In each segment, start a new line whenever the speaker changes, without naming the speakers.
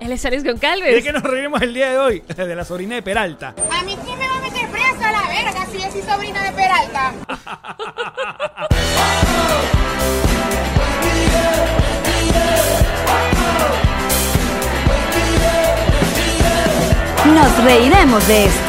Él es Alex
¿De
Goncalves.
qué nos reiremos el día de hoy? De la sobrina de Peralta.
A mí quién me va a meter presa, la verga, si yo soy sobrina de Peralta.
Nos reiremos de esto.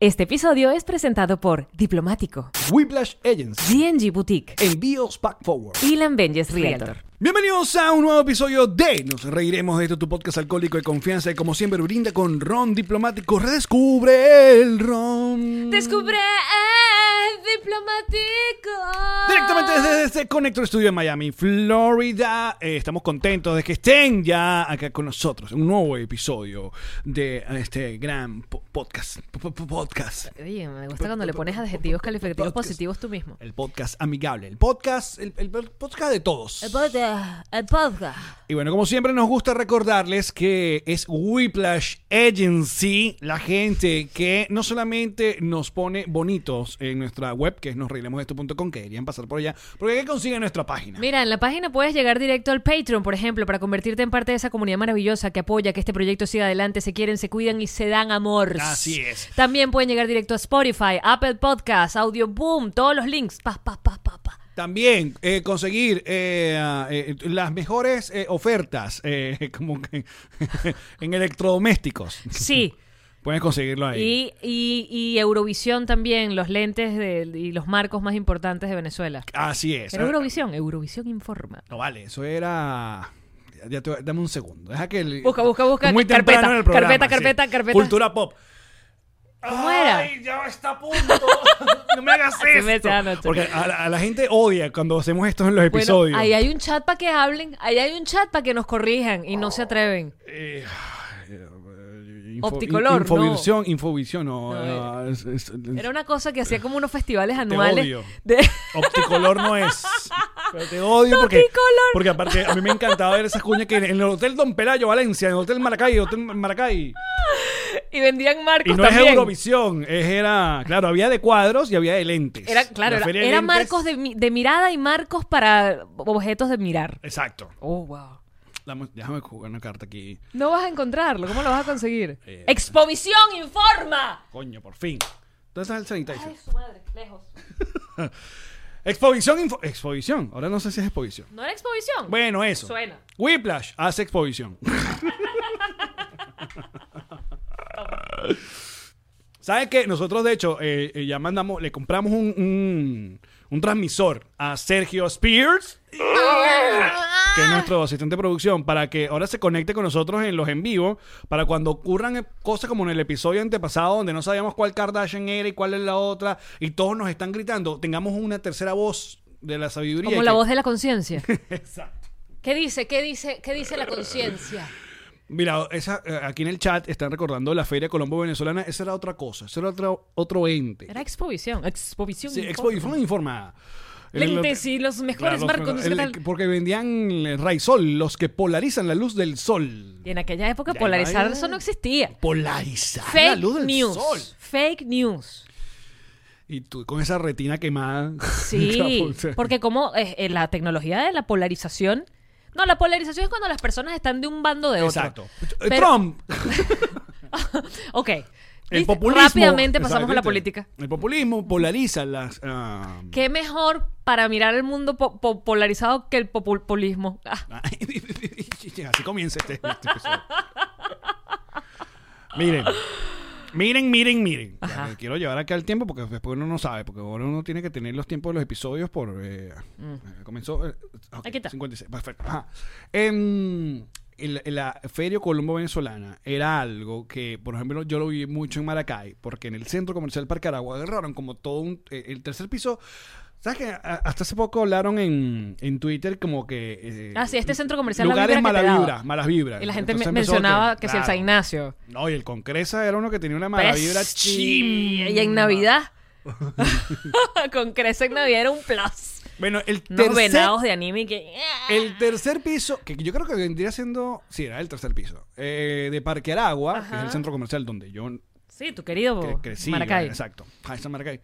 Este episodio es presentado por Diplomático,
Whiplash Agents.
GNG Boutique
Envíos Pack Forward.
y Lambenges Realtor.
Bienvenidos a un nuevo episodio de Nos Reiremos de esto, tu podcast alcohólico de confianza y como siempre brinda con Ron Diplomático. Redescubre el Ron.
Descubre el Diplomático.
Directamente desde este Connector Studio de Miami, Florida. Eh, estamos contentos de que estén ya acá con nosotros. Un nuevo episodio de este gran po- podcast. Po- po- Podcast.
Oye, me gusta cuando le pones adjetivos calificativos
Podcast.
positivos tú mismo.
El podcast amigable, el podcast, el, el podcast de todos.
podcast. El podcast.
Y bueno, como siempre nos gusta recordarles que es Whiplash Agency, la gente que no solamente nos pone bonitos en nuestra web, que es nosreilemosesto.com, que deberían pasar por allá, porque ahí consiguen nuestra página.
Mira, en la página puedes llegar directo al Patreon, por ejemplo, para convertirte en parte de esa comunidad maravillosa que apoya que este proyecto siga adelante, se quieren, se cuidan y se dan amor.
Así es.
También pueden llegar directo a Spotify, Apple Podcasts, Audio Boom, todos los links. Pa, pa, pa, pa, pa.
También eh, conseguir eh, ah, eh, las mejores eh, ofertas, eh, como que en electrodomésticos.
Sí.
Pueden conseguirlo ahí.
Y, y, y Eurovisión también, los lentes de- y los marcos más importantes de Venezuela.
Así es.
¿Era Eurovisión? Eurovisión informa.
No vale, eso era. Ya te- Dame un segundo. Deja que el-
Busca, busca, busca.
Muy
Carpeta,
temprano en el programa,
carpeta,
sí.
carpeta, carpeta.
Cultura pop.
¿Cómo
Ay, ya está a punto. no me hagas
Así me decía
esto.
anoche.
Porque a la, a la gente odia cuando hacemos esto en los episodios.
ahí hay un chat para que hablen, ahí hay un chat para que nos corrijan y
Oh.
no se atreven.
Eh, eh, info-
Opticolor,
Infovisión, infovisión, no.
No,
no, es- es- es-
Era una cosa que hacía como unos festivales anuales.
odio.
de-
Opticolor no es. Pero te odio porque,
Opticolor.
porque aparte a mí me encantaba ver esas cuñas que en el Hotel Don Pelayo, Valencia, en el Hotel Maracay, Hotel Maracay.
y vendían marcos
Y no
también.
es Eurovisión, es- era, claro, había de cuadros y había de lentes.
Era, claro,
La
era,
feria de
era
lentes-
marcos de, mi- de mirada y marcos para objetos de mirar.
Exacto.
Oh, wow.
Dame- déjame jugar una carta aquí.
No vas a encontrarlo, ¿cómo lo vas a conseguir?
Eh.
¡Expovisión informa!
Coño, por fin. Entonces el sanitizer.
Su madre, lejos.
Exposición, info- exposición. Ahora no sé si es exposición.
¿No era exposición?
Bueno, eso.
Suena.
Whiplash hace exposición. ¿Sabes qué? Nosotros, de hecho, eh, eh, ya mandamos, le compramos un, un, un transmisor a Sergio Spears,
Ah.
que es nuestro asistente de producción, para que ahora se conecte con nosotros en los en vivo, para cuando ocurran eh, cosas como en el episodio antepasado, donde no sabíamos cuál Kardashian era y cuál es la otra, y todos nos están gritando, tengamos una tercera voz de la sabiduría.
Como
y
la
que-
voz de la conciencia.
Exacto.
¿Qué dice? ¿Qué dice? ¿Qué dice la conciencia?
Mira, esa, eh, aquí en el chat están recordando la Feria Colombo Venezolana. Esa era otra cosa. Ese era otro, otro ente.
Era exposición. Exposición.
Sí,
informa.
Expo Informa. Informa. El-
Lentes y los
Claro,
mejores
los-
marcos. no sé
el-
qué tal.
porque vendían el raisol, los que polarizan la luz del sol.
Y en aquella época
Ya,
polarizar
ya.
eso no existía.
Polarizar la
Fake
luz del
news.
sol.
Fake news.
Y tú con esa retina quemada.
Sí,
Capulsa.
porque como eh, eh, la tecnología de la polarización. No, la polarización es cuando las personas están de un bando de otro.
Exacto. Eh,
Pero-
Trump.
Ok.
El
Viste,
populismo.
Rápidamente pasamos a la
Exactamente.
política.
El populismo polariza las. ah,
¿Qué mejor para mirar el mundo po- po- polarizado que el populismo? Ah,
Así comienza este, este episodio. Miren. Miren, miren, miren. Ya,
Ajá.
eh, quiero llevar acá el tiempo porque después uno no sabe, porque ahora uno tiene que tener los tiempos de los episodios por... eh, eh, comenzó... eh, ok,
Aquí está.
56, perfecto. Ajá. Em, el- la Feria Colombo Venezolana era algo que, por ejemplo, yo lo vi mucho en Maracay, porque en el centro comercial Parque Aragua agarraron como todo un... eh, el tercer piso ¿Sabes que a- hasta hace poco hablaron en, en Twitter como que... eh,
Ah, sí, este centro comercial, la
Lugares
vibra que te
mala
daba.
vibra, malas vibras.
Y la gente me-
Entonces empezó
mencionaba que, si el
claro.
San Ignacio.
No, y el Concresa era uno que tenía una mala vibra
Sí,
chimba.
Y en Navidad. Con crece en Navidad era un plus.
Bueno, el
Unos
tercer,
venados de anime que. "Ah".
el tercer piso, que yo creo que vendría siendo... Sí, era el tercer piso. eh, de Parque Aragua, que es el
Ajá.
centro comercial donde yo
Sí, tu querido.
cre- crecí.
Maracay.
Exacto. Ah, esa Maracay.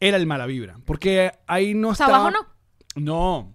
Era el mala vibra. Porque ahí no
O sea,
estaba...
abajo no.
No.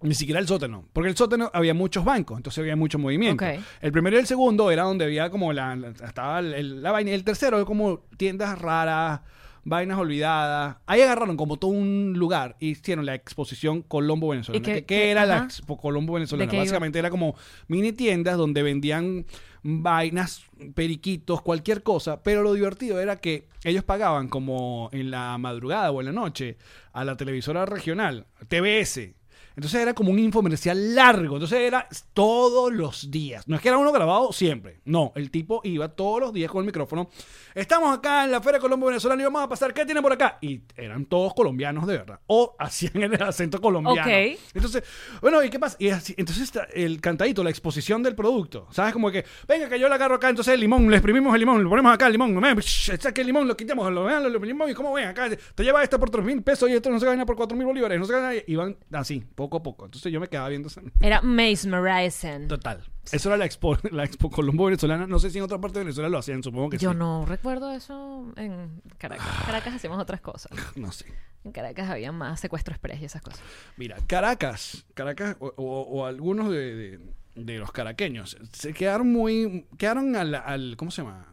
Ni siquiera el sótano. Porque el sótano había muchos bancos, entonces había mucho movimiento.
Ok.
El primero y el segundo era donde había como la. la- estaba el- el- la vaina. El tercero era como tiendas raras, vainas olvidadas. Ahí agarraron como todo un lugar y hicieron la exposición Colombo Venezolana.
¿Y
que,
qué-
que
qué-
era la
ajá.
expo Colombo Venezolana?
qué iba?
Básicamente era como mini tiendas donde vendían vainas, periquitos, cualquier cosa. Pero lo divertido era que ellos pagaban como en la madrugada o en la noche a la televisora regional, TBS. Entonces era como un infomercial largo. Entonces era todos los días. No es que era uno grabado siempre. No, el tipo iba todos los días con el micrófono. Estamos acá en la Feria Colombo Venezolana y vamos a pasar. ¿Qué tiene por acá? Y eran todos colombianos de verdad. O hacían el acento colombiano.
Ok.
Entonces, bueno, ¿y qué pasa? Y así- entonces está el cantadito, la exposición del producto. ¿Sabes? Como que, venga, que yo la agarro acá, entonces el limón, le exprimimos el limón, lo ponemos acá, el limón, ven, shh, saque el limón, lo quitamos, lo vean, lo, lo- limón, y cómo ven, acá te lleva esto por 3 mil pesos y esto no se gana por 4 mil bolívares, no se gana, y van así, poco a poco. Entonces yo me quedaba viendo esa-
Era mesmerizing.
Total. Eso era la expo, la expo Colombo venezolana. No sé si en otra parte de Venezuela lo hacían, supongo que
Yo
sí.
no recuerdo eso en Caracas. En Caracas hacíamos otras cosas.
No sé.
En Caracas había más secuestro express y esas cosas.
Mira, Caracas, Caracas o, o- o algunos de, de- de los caraqueños se quedaron muy, quedaron al, al- ¿cómo se llama?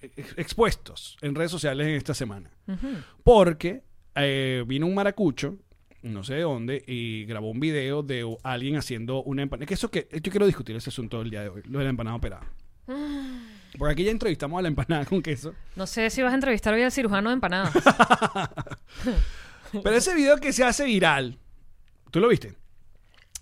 Ex- Expuestos en redes sociales en esta semana. Porque eh, vino un maracucho, no sé de dónde, y grabó un video de alguien haciendo una empanada. Que eso que yo quiero discutir ese asunto el día de hoy, lo de la empanada operada. Porque aquí ya entrevistamos a la empanada con queso.
No sé si vas a entrevistar hoy al cirujano de empanadas.
Pero ese video que se hace viral, ¿tú lo viste?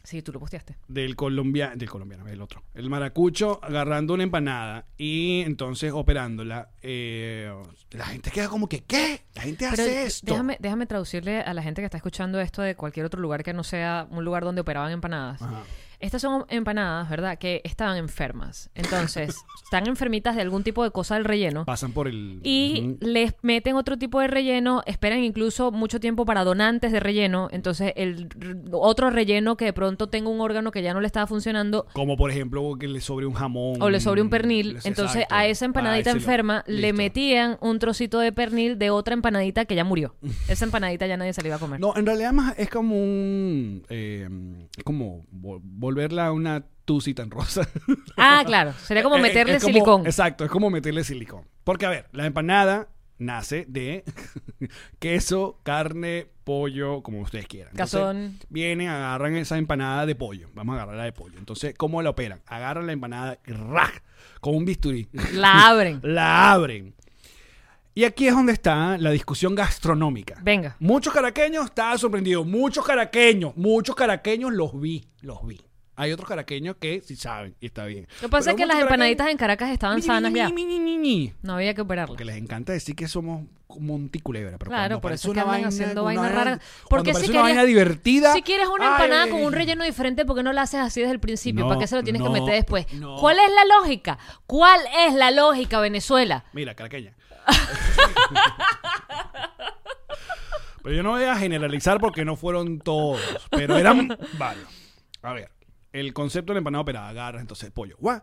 Sí, tú lo posteaste.
del colombiano, del colombiano, el otro, el maracucho agarrando una empanada y entonces operándola, eh, la gente queda como que, ¿qué? La gente
Pero
hace esto.
Déjame, déjame traducirle a la gente que está escuchando esto de cualquier otro lugar que no sea un lugar donde operaban empanadas.
Ajá.
Estas son empanadas, ¿verdad? Que estaban enfermas. Entonces, están enfermitas de algún tipo de cosa del relleno.
Pasan por el...
Y
Ujú.
les meten otro tipo de relleno, esperan incluso mucho tiempo para donantes de relleno. Entonces, el r- otro relleno que de pronto tenga un órgano que ya no le estaba funcionando
Como por ejemplo que le sobre un jamón.
o le sobre un pernil.
les-
Entonces,
exacto.
a esa empanadita
Ah, ese lo-
enferma le
listo.
metían un trocito de pernil de otra empanadita que ya murió. Esa empanadita ya nadie se la iba a comer.
No, en realidad más es como un... eh, es como vo- volverla a una tusi tan rosa.
Ah, claro. Sería como
Eh, eh,
meterle
es como-
silicón.
Exacto, es como meterle silicón. Porque, a ver, la empanada nace de queso, carne, pollo, como ustedes quieran. Entonces,
Cazón.
Vienen, agarran esa empanada de pollo. Vamos a agarrar la de pollo. Entonces, ¿cómo la operan? Agarran la empanada y ¡rac! con un bisturí.
La abren.
la abren. Y aquí es donde está la discusión gastronómica.
Venga.
Muchos caraqueños estaban sorprendidos. Muchos caraqueños, muchos caraqueños los vi, los vi. Hay otros caraqueños que sí saben y está bien.
Lo que pasa
Pero
es que las
muchos
empanaditas
caraqueños-
en Caracas estaban
Ni, ni,
sanas
ni,
ya.
ni, ni, ni, ni.
No había que operarlas.
Porque les encanta decir que somos monticulebra. Pero
Claro,
cuando
por
parece
eso es que
una
andan
vaina- una
haciendo vainas
vaina-
raras.
cuando
Porque
parece
si
una
querías-
vaina divertida.
Si quieres una empanada
¡ay! eh.
con un relleno diferente, ¿por qué no la haces así desde el principio?
No,
¿Para qué se lo tienes
no,
que meter después?
no.
¿Cuál es la lógica? ¿Cuál es la lógica, Venezuela?
Mira, caraqueña. pero yo no voy a generalizar porque no fueron todos. Pero eran varios. A ver, el concepto de la empanada operada, agarra entonces pollo. guau.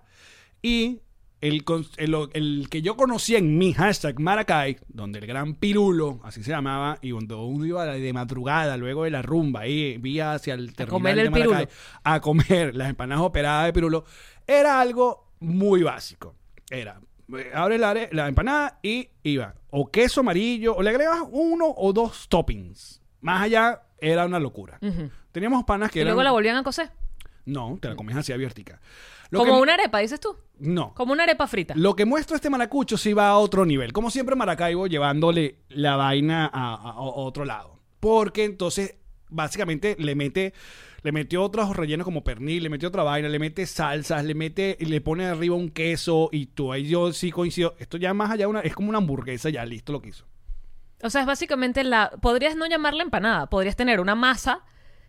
Y el, con- el, el que yo conocía en mi hashtag Maracay, donde el gran pirulo, así se llamaba, y donde uno iba de madrugada luego de la rumba, y vía hacia el terminal
comer el
de Maracay,
pirulo.
a comer las empanadas operadas de pirulo, era algo muy básico. Era, eh, abre la, are- la empanada y iba, o queso amarillo, o le agregabas uno o dos toppings. Más allá, era una locura. Teníamos panas que
Y
eran...
luego la volvían a coser.
No, te la comías así abiertica. Lo
Mm. Como
que-
una arepa, dices tú.
No.
Como una arepa frita.
Lo que muestra este maracucho sí va a otro nivel. Como siempre, Maracaibo llevándole la vaina a, a- a otro lado. Porque entonces, básicamente, le mete. Le metió otros rellenos como pernil, le metió otra vaina, le mete salsas, le mete, y le pone arriba un queso y tú ahí yo sí coincido. Esto ya más allá de una, es como una hamburguesa, ya listo lo que hizo.
O sea, es básicamente la. Podrías no llamarla empanada, podrías tener una masa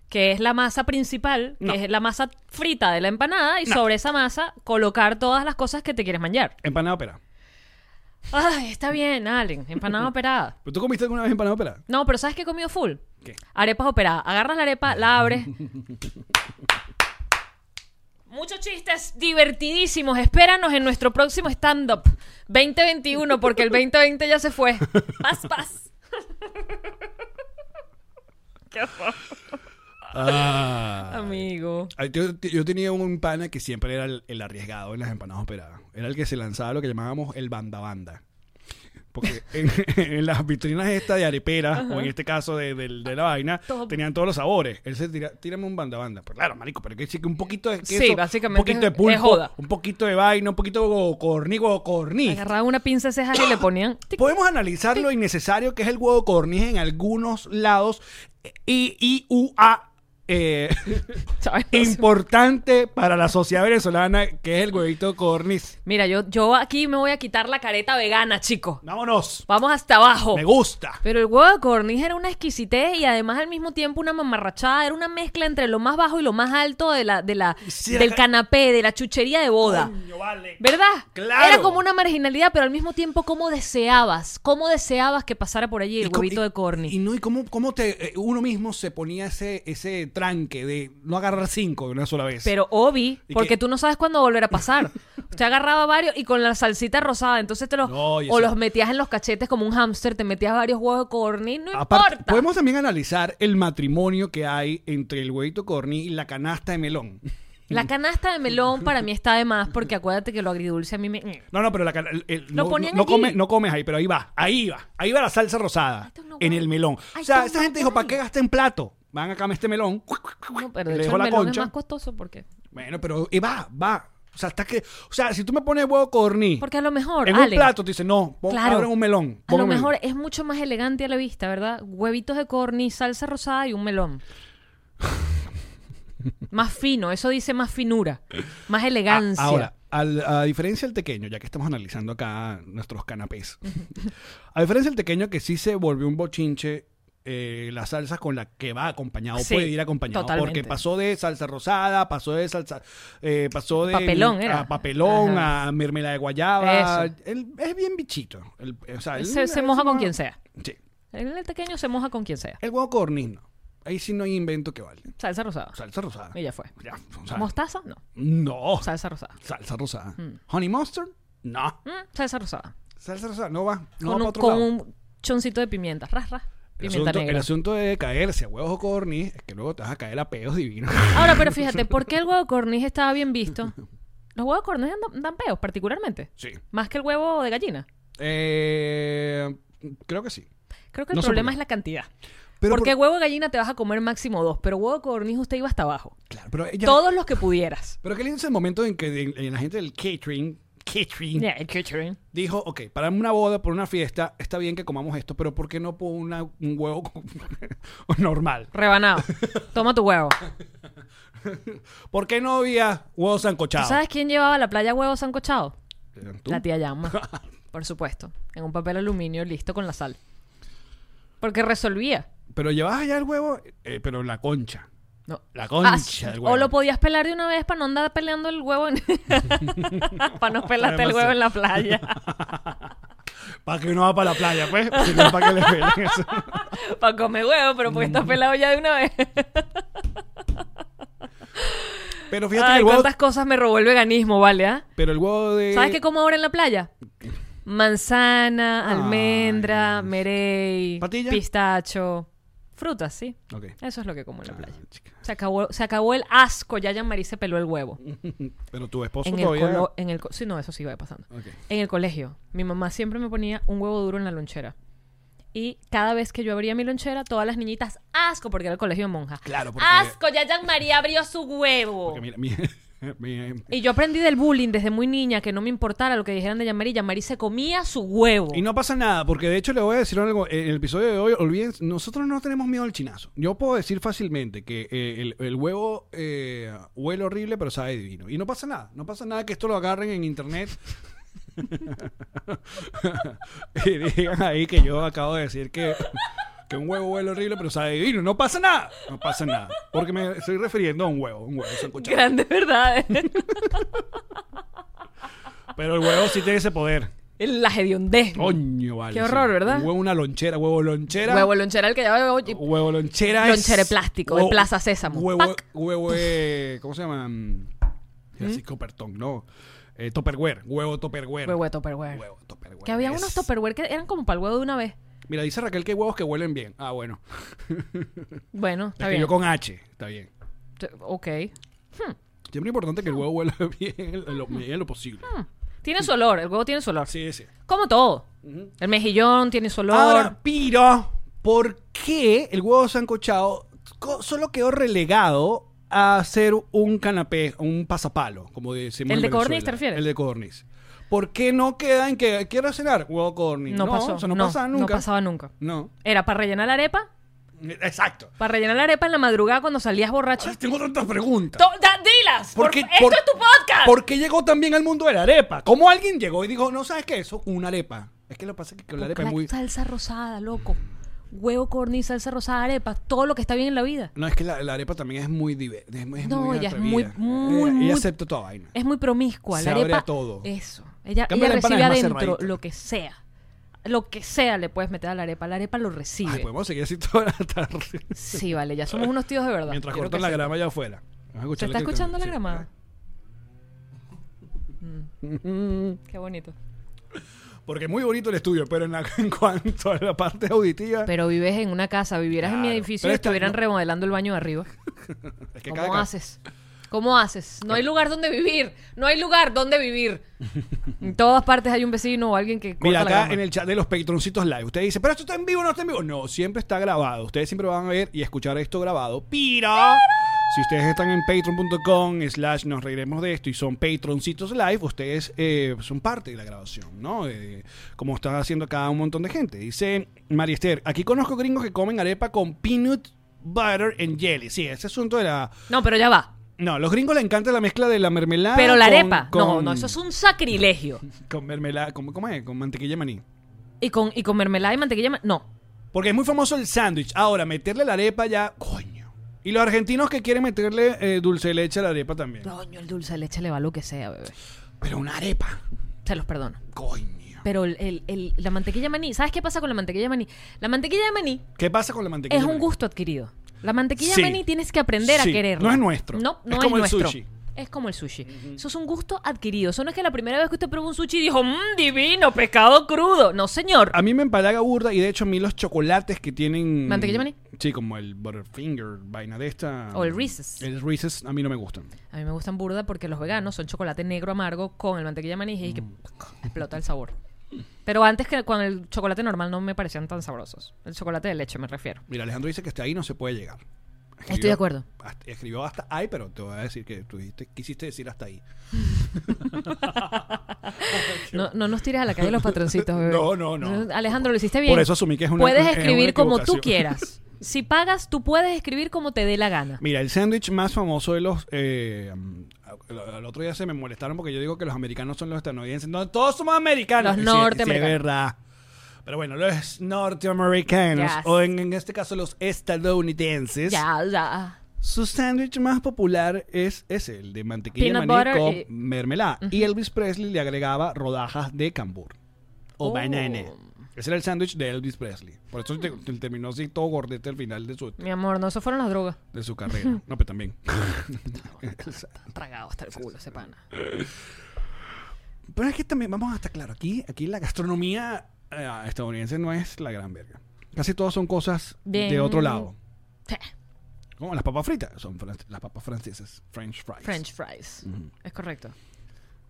que es la masa principal, que
No.
es la masa frita de la empanada, y sobre esa masa colocar todas las cosas que te quieres manjar.
Empanada opera.
Ay, está bien, Allen, empanada operada.
¿Pero tú comiste alguna vez empanada opera?
No, pero ¿sabes qué he comido full?
¿Qué?
Arepas operadas. Agarras la arepa, la abres. Muchos chistes divertidísimos. Espéranos en nuestro próximo stand-up 2021, porque el 2020 ya se fue. Paz, paz.
Ah.
Amigo.
Ay, Yo, yo tenía un pana que siempre era el, el arriesgado en las empanadas operadas. Era el que se lanzaba lo que llamábamos el banda banda. Porque en, en las vitrinas estas de arepera, o en este caso de, del- de la vaina,
Todo.
tenían todos los sabores. Él se tira, tírame un banda banda. Pero claro, marico, pero que sí que un poquito de queso,
Sí, básicamente
un poquito de
es-
pulpo,
es joda.
un poquito de vaina, un poquito de corní, huevo corní.
Agarraban una pinza de cejas y le ponían. tic.
Podemos analizar lo innecesario que es el huevo corniz en algunos lados y, y u, a, eh,
¿Sabes?
importante para la sociedad venezolana que es el huevito corniz.
Mira, yo, yo aquí me voy a quitar la careta vegana, chico.
Vámonos.
Vamos hasta abajo.
Me gusta.
Pero el huevo de corniz era una exquisitez y además al mismo tiempo una mamarrachada. Era una mezcla entre lo más bajo y lo más alto de la, de la,
Sí,
del
era-
canapé, de la chuchería de boda.
Coño, vale.
¿Verdad?
Claro.
Era como una marginalidad, pero al mismo tiempo, ¿cómo deseabas? ¿Cómo deseabas que pasara por allí el
cómo-
huevito
y-
de corniz?
Y no, y cómo, cómo te, eh, uno mismo se ponía ese, ese tranque de no agarrar cinco de una sola vez.
Pero Obi,
¿Y
porque
qué?
tú no sabes cuándo volver a pasar. Usted agarraba varios y con la salsita rosada, entonces te los
No, y
o
eso-
los metías en los cachetes como un hámster, te metías varios huevos de corniz, no
Aparte,
importa.
podemos también analizar el matrimonio que hay entre el huevito corniz y la canasta de melón.
La canasta de melón para mí está de más porque acuérdate que lo agridulce a mí me
No, no, pero la, can- el- el-
Lo
no,
ponían
no- no
allí.
come- no comes ahí, pero ahí va, ahí va, ahí va la salsa rosada
Ay, tú no
en
guay.
el melón.
Ay,
o sea,
tú
esa
no
gente dijo,
guay.
¿para qué gasten plato? Van a este melón.
No, pero
Le
de hecho
dejó
el
la
melón
concha.
es más costoso porque
Bueno, pero eh, va, va. O sea, hasta que, o sea, si tú me pones huevo corní
porque a lo mejor
en
Ale,
un plato, te dice, no, pon,
Claro.
abran un melón.
a lo
pongan melón.
mejor es mucho más elegante a la vista, ¿verdad? Huevitos de corniz, salsa rosada y un melón. más fino, eso dice más finura, más
A-
elegancia.
Ah, Ahora, al- a diferencia del tequeño, ya que estamos analizando acá nuestros canapés, a diferencia del tequeño que sí se volvió un bochinche, eh, la salsa con la que va acompañado
Sí,
puede ir acompañado.
totalmente.
Porque pasó de salsa rosada, pasó de salsa, eh, pasó de
Papelón era.
a papelón, a mermelada de guayaba.
Eso.
Él es bien bichito. Él- o sea, él-
se, se
él
moja con quien sea.
Sí.
En el pequeño se moja con quien sea.
El huevo corniz no. Ahí sí no hay invento que vale.
Salsa rosada.
Salsa rosada.
Y ya fue.
Ya, o sea,
¿Mostaza? No.
no.
Salsa rosada.
Salsa rosada. Honey mustard? No.
Mm, salsa rosada.
Salsa rosada no va. No va
con
para
un,
otro
con
lado.
un choncito de pimienta. Ras, ras.
El
Pimienta
asunto, el
negra.
asunto de caerse a huevos o corniz es que luego te vas a caer a pedos divinos.
Ahora, pero fíjate, ¿por qué el huevo corniz estaba bien visto? Los huevos corniz dan, dan peos, particularmente.
Sí.
Más que el huevo de gallina.
Eh, creo que sí.
Creo que el
No sé por
problema
qué.
es la cantidad.
Pero
Porque
por-
huevo de gallina te vas a comer máximo dos, pero huevo corniz usted iba hasta abajo.
claro, pero ella-
Todos los que pudieras.
Pero qué lindo es el momento en que en- en la gente del catering, catering
Yeah, el catering.
dijo, ok, para una boda, por una fiesta, está bien que comamos esto, pero ¿por qué no por una- un huevo con- normal?
Rebanado. Toma tu huevo.
¿Por qué no había huevo
¿Tú
sancochado?
sabes quién llevaba a la playa huevo sancochado?
¿Tú?
La tía llama. Por supuesto. En un papel aluminio listo con la sal. Porque resolvía.
Pero llevabas allá el huevo, eh, pero la concha.
No.
La concha
Ah,
del huevo.
o lo podías pelar de una vez para no andar peleando el huevo en... para no pelarte el huevo en la playa.
Para que uno va para la playa, pues. Si no, para que le pelen eso.
para comer huevo, pero porque
Mm.
estás pelado ya de una vez.
Pero fíjate que
Ay,
el huevo.
cuántas cosas me robó el veganismo, ¿vale? ah?
Pero el huevo de.
¿Sabes qué como ahora en la playa? Manzana, almendra, merey,
¿Patilla?
pistacho, frutas, sí.
Ok.
Eso es lo que como en la playa.
Ah, chica.
Se acabó, se acabó el asco, ya Jean-Marie se peló el huevo.
Pero tu esposo
En el,
todavía.
colo- en el co- sí, no, eso sí va pasando.
Ok.
En el colegio, mi mamá siempre me ponía un huevo duro en la lonchera. Y cada vez que yo abría mi lonchera, todas las niñitas, asco, porque era el colegio de monjas.
Claro, porque-
Asco, ya Jean-Marie abrió su huevo.
Porque mira, mi, mi-
Y yo aprendí del bullying desde muy niña que no me importara lo que dijeran de Jean-Marie. Jean-Marie se comía su huevo.
Y no pasa nada, porque de hecho le voy a decir algo. En el episodio de hoy, olviden, nosotros no tenemos miedo al chinazo. Yo puedo decir fácilmente que eh, el, el huevo eh, huele horrible, pero sabe divino. Y no pasa nada. No pasa nada que esto lo agarren en internet. y digan ahí que yo acabo de decir que, que un huevo huele horrible, pero sabe divino. No pasa nada. No pasa nada. Porque me estoy refiriendo a un huevo, un huevo sancochado.
Grandes verdades.
Pero el huevo sí tiene ese poder.
La hediondez.
Coño, vale.
Qué
sí.
horror, ¿verdad?
Un huevo, una lonchera, huevo lonchera.
Huevo lonchera, el que lleva huevo.
Huevo lonchera
Lonchera
es...
de plástico, de Plaza Sésamo.
Huevo,
Pac.
huevo eh, ¿cómo se llama? Mm, Así, Coppertón, no. Eh, topperware, huevo topperware.
Huevo de Tupperware.
Huevo topperware.
Que había
Es-
unos Tupperware que eran como para el huevo de una vez.
Mira, dice Raquel que hay huevos que huelen bien. Ah, bueno.
Bueno, está bien.
Escribió con H, está bien.
T- Ok.
Siempre es importante que el huevo huela bien en lo, en lo posible.
Hmm. Tiene su olor, el huevo tiene su olor.
Sí, sí.
Como todo. El mejillón tiene su olor.
Ahora, Piro, ¿por qué el huevo sancochado co- solo quedó relegado a ser un canapé, un pasapalo, como decimos
¿El
en
de
Venezuela?
codorniz te refieres?
El de codorniz. ¿Por qué no queda en que quiero cenar huevo codorniz?
no, pasó.
eso no, pasaba nunca.
No pasaba nunca.
No.
Era para rellenar la arepa.
Exacto.
Para rellenar la arepa en la madrugada cuando salías borracho.
Ay, tengo tantas preguntas.
To- da- dilas.
Ah. ¿Por
por-
qué-
esto
por-
es tu podcast.
¿Por qué llegó también al mundo de la arepa? ¿Cómo alguien llegó y dijo, no sabes qué eso? Una arepa. Es que lo que pasa es que la arepa es
Con
muy...
salsa rosada, loco. Huevo, corniz, salsa rosada, arepa, todo lo que está bien en la vida.
No, es que la, la arepa también es muy diversa.
No,
muy
ella es
atrevida.
muy- muy,
Ella-
muy-
Ella acepta toda vaina.
Es muy promiscua.
Se
la
abre
arepa,
a todo.
Eso. Ella,
cambio,
ella
la empanada
recibe
es más
adentro
cerradita.
lo que sea. Lo que sea le puedes meter a la arepa. La arepa lo recibe.
Ay, podemos seguir así toda la tarde.
Sí, vale, ya somos unos tíos de verdad.
Mientras
Quiero
cortan
que
la
sepa.
grama allá afuera. Vamos a
¿Se
escuchar
está
que-
escuchando la
sí.
grama? Qué bonito.
Porque es muy bonito el estudio, pero en, la- en cuanto a la parte auditiva,
Pero vives en una casa, vivieras en mi
Claro.
edificio
Pero
y
esta-
estuvieran
no-
remodelando el baño de arriba.
es que cada
¿Cómo
ca-
haces? ¿Cómo haces? No hay lugar donde vivir. No hay lugar donde vivir. En todas partes hay un vecino o alguien que corta
Mira,
la
acá
grama.
en el chat de los Patroncitos Live, usted dice, pero esto está en vivo o no está en vivo. No, siempre está grabado. Ustedes siempre van a ver y escuchar esto grabado. ¡Piro! Si ustedes están en patreon.com slash nos reiremos de esto y son patroncitos live, ustedes eh, son parte de la grabación, ¿no? Eh, como está haciendo acá un montón de gente. Dice María Esther, aquí conozco gringos que comen arepa con peanut butter and jelly. Sí, ese asunto de la...
No, pero ya va.
No, los gringos les encanta la mezcla de la mermelada
Pero la
Ah, con-
arepa. No,
con-
no, eso es un sacrilegio.
Con mermelada, ¿cómo, cómo es? Con mantequilla de maní.
Y con, y con mermelada y mantequilla. ma- No.
Porque es muy famoso el sándwich. Ahora, meterle la arepa ya, coño. Y los argentinos que quieren meterle eh, dulce de leche a la arepa también.
Coño, el dulce de leche le va lo que sea, bebé.
Pero una arepa,
Se los perdono.
coño.
Pero el- el- el- la mantequilla de maní, ¿sabes qué pasa con la mantequilla de maní? La mantequilla de maní
¿Qué pasa con la mantequilla?
es
de
un
maní?
gusto adquirido. La mantequilla
Sí.
de maní tienes que aprender
Sí.
a quererla.
No es nuestro.
No,
Es
no es,
como el
nuestro.
sushi.
Es como el sushi. Eso es un gusto adquirido. Eso no es que la primera vez que usted probó un sushi dijo, mmm, divino, pescado crudo. No, señor.
A mí me empalaga burda y de hecho a mí los chocolates que tienen...
¿Mantequilla de maní?
Sí, como el Butterfinger, vaina de esta...
O el Reese's.
El Reese's a mí no me gustan.
A mí me gustan burda porque los veganos son chocolate negro amargo con el mantequilla de maní y es que
Mm.
explota el sabor. Pero antes que con el chocolate normal no me parecían tan sabrosos. El chocolate de leche me refiero.
Mira, Alejandro dice que hasta ahí no se puede llegar.
Estoy de acuerdo.
hasta- escribió hasta ahí, pero te voy a decir que tú dijiste- quisiste decir hasta ahí.
No, no nos tires a la calle los patroncitos, bebé.
No, no, no.
Alejandro, lo hiciste bien.
Por eso asumí que es una-
Puedes
es una
escribir como tú
equivocación.
quieras. Si pagas, tú puedes escribir como te dé la gana.
Mira, el sándwich más famoso de los... eh, mm, al- al otro día se me molestaron porque yo digo que los americanos son los estadounidenses. No, todos somos americanos.
Los
Y sí, y sí,
norteamericanos.
es verdad. Pero bueno, los norteamericanos,
Yes.
o en, en este caso los estadounidenses,
Ya, ya.
su sándwich más popular es ese, el de mantequilla de
Peanut
maní con
butter y-
mermelada. Y Elvis Presley le agregaba rodajas de cambur o
Oh.
banana. Ese era el sándwich de Elvis Presley. Por eso te- te- terminó así todo gordete al final de su,
Mi amor, no, eso fueron las drogas.
de su carrera. No, pero también.
Tragado hasta el culo, ese pana.
Pero es que también, vamos a estar claro, aquí, aquí la gastronomía eh, estadounidense no es la gran verga. Casi todas son cosas
Bien.
de otro lado.
Sí.
Como las papas fritas, son fran- las papas francesas, French fries.
French fries. Es correcto.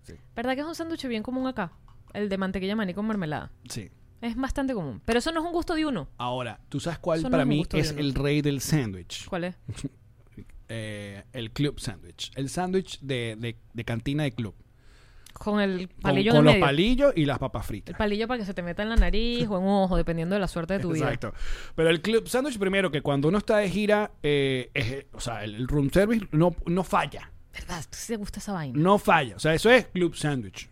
Sí.
¿Verdad que es un sándwich bien común acá? El de mantequilla maní con mermelada.
Sí.
Es bastante común. Pero eso no es un gusto de uno.
Ahora, ¿tú sabes cuál
Eso no
para
es un
mí
gusto de
es
uno.
el rey del sándwich?
¿Cuál es?
Eh, el club sándwich. El sándwich de, de- de cantina de club.
Con el
Con,
palillo
con
en
los
el medio.
palillos y las papas fritas.
El palillo para que se te meta en la nariz o en un ojo, dependiendo de la suerte de tu vida.
Exacto. Pero el club sándwich, primero, que cuando uno está de gira, eh, es- o sea, el, el room service no, no falla.
¿Verdad? ¿Tú sí te gusta esa vaina?
No falla. O sea, eso es club sándwich.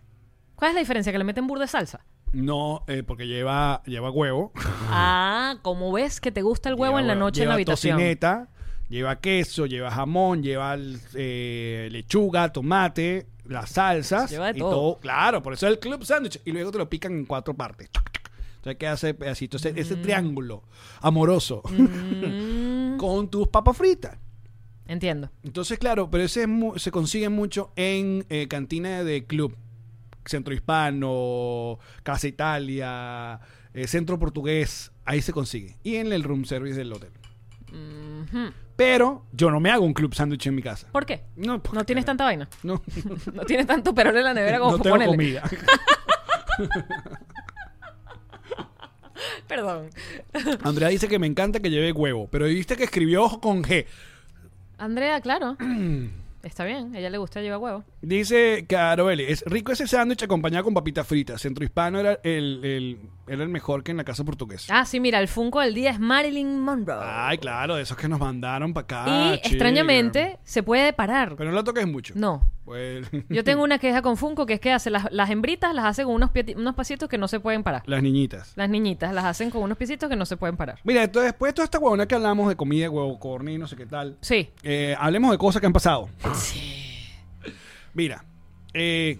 ¿Cuál es la diferencia? Que le meten burda de salsa.
No, eh, porque lleva, lleva huevo.
Ah, como ves que te gusta el huevo
Lleva
en la noche en
lleva
la habitación.
Tocineta, lleva queso, lleva jamón, lleva eh, lechuga, tomate, las salsas.
Lleva de
y
todo.
Claro, por eso es el club sándwich. Y luego te lo pican en cuatro partes. Entonces que hace pedacito ese, ese triángulo amoroso
Mm,
con tus papas fritas.
entiendo.
Entonces, claro, pero ese es mu- se consigue mucho en eh, cantina de club. Centro Hispano, Casa Italia, eh, Centro Portugués. Ahí se consigue. Y en el room service del hotel.
Ujú.
Pero yo no me hago un club sándwich en mi casa.
Mm-hmm. ¿Por qué?
No, porque-
No tienes tanta vaina.
No,
No tienes tanto perol en la nevera como
no
para
tengo
ponerle.
comida.
Perdón.
Andrea dice que me encanta que lleve huevo, pero viste que escribió con G.
Andrea, claro. Está bien, a ella le gusta llevar huevo.
Dice Caroli, es rico ese sándwich acompañado con papitas fritas. Centro Hispano era el, el- era el mejor que en la casa portuguesa.
Ah, sí, mira, el Funko del día es Marilyn Monroe.
Ay, claro, de esos que nos mandaron para acá.
y
chica.
extrañamente se puede parar.
Pero no lo toques mucho.
No.
Pues,
Yo tengo una queja con Funko que es que hace las, las hembritas las hace con unos, pieti- unos pasitos que no se pueden parar.
las niñitas.
Las niñitas las hacen con unos piecitos que no se pueden parar.
Mira, entonces, después de toda esta huevona que hablamos de comida, huevo, corny, no sé qué tal.
Sí.
Eh, hablemos de cosas que han pasado. Mira, eh,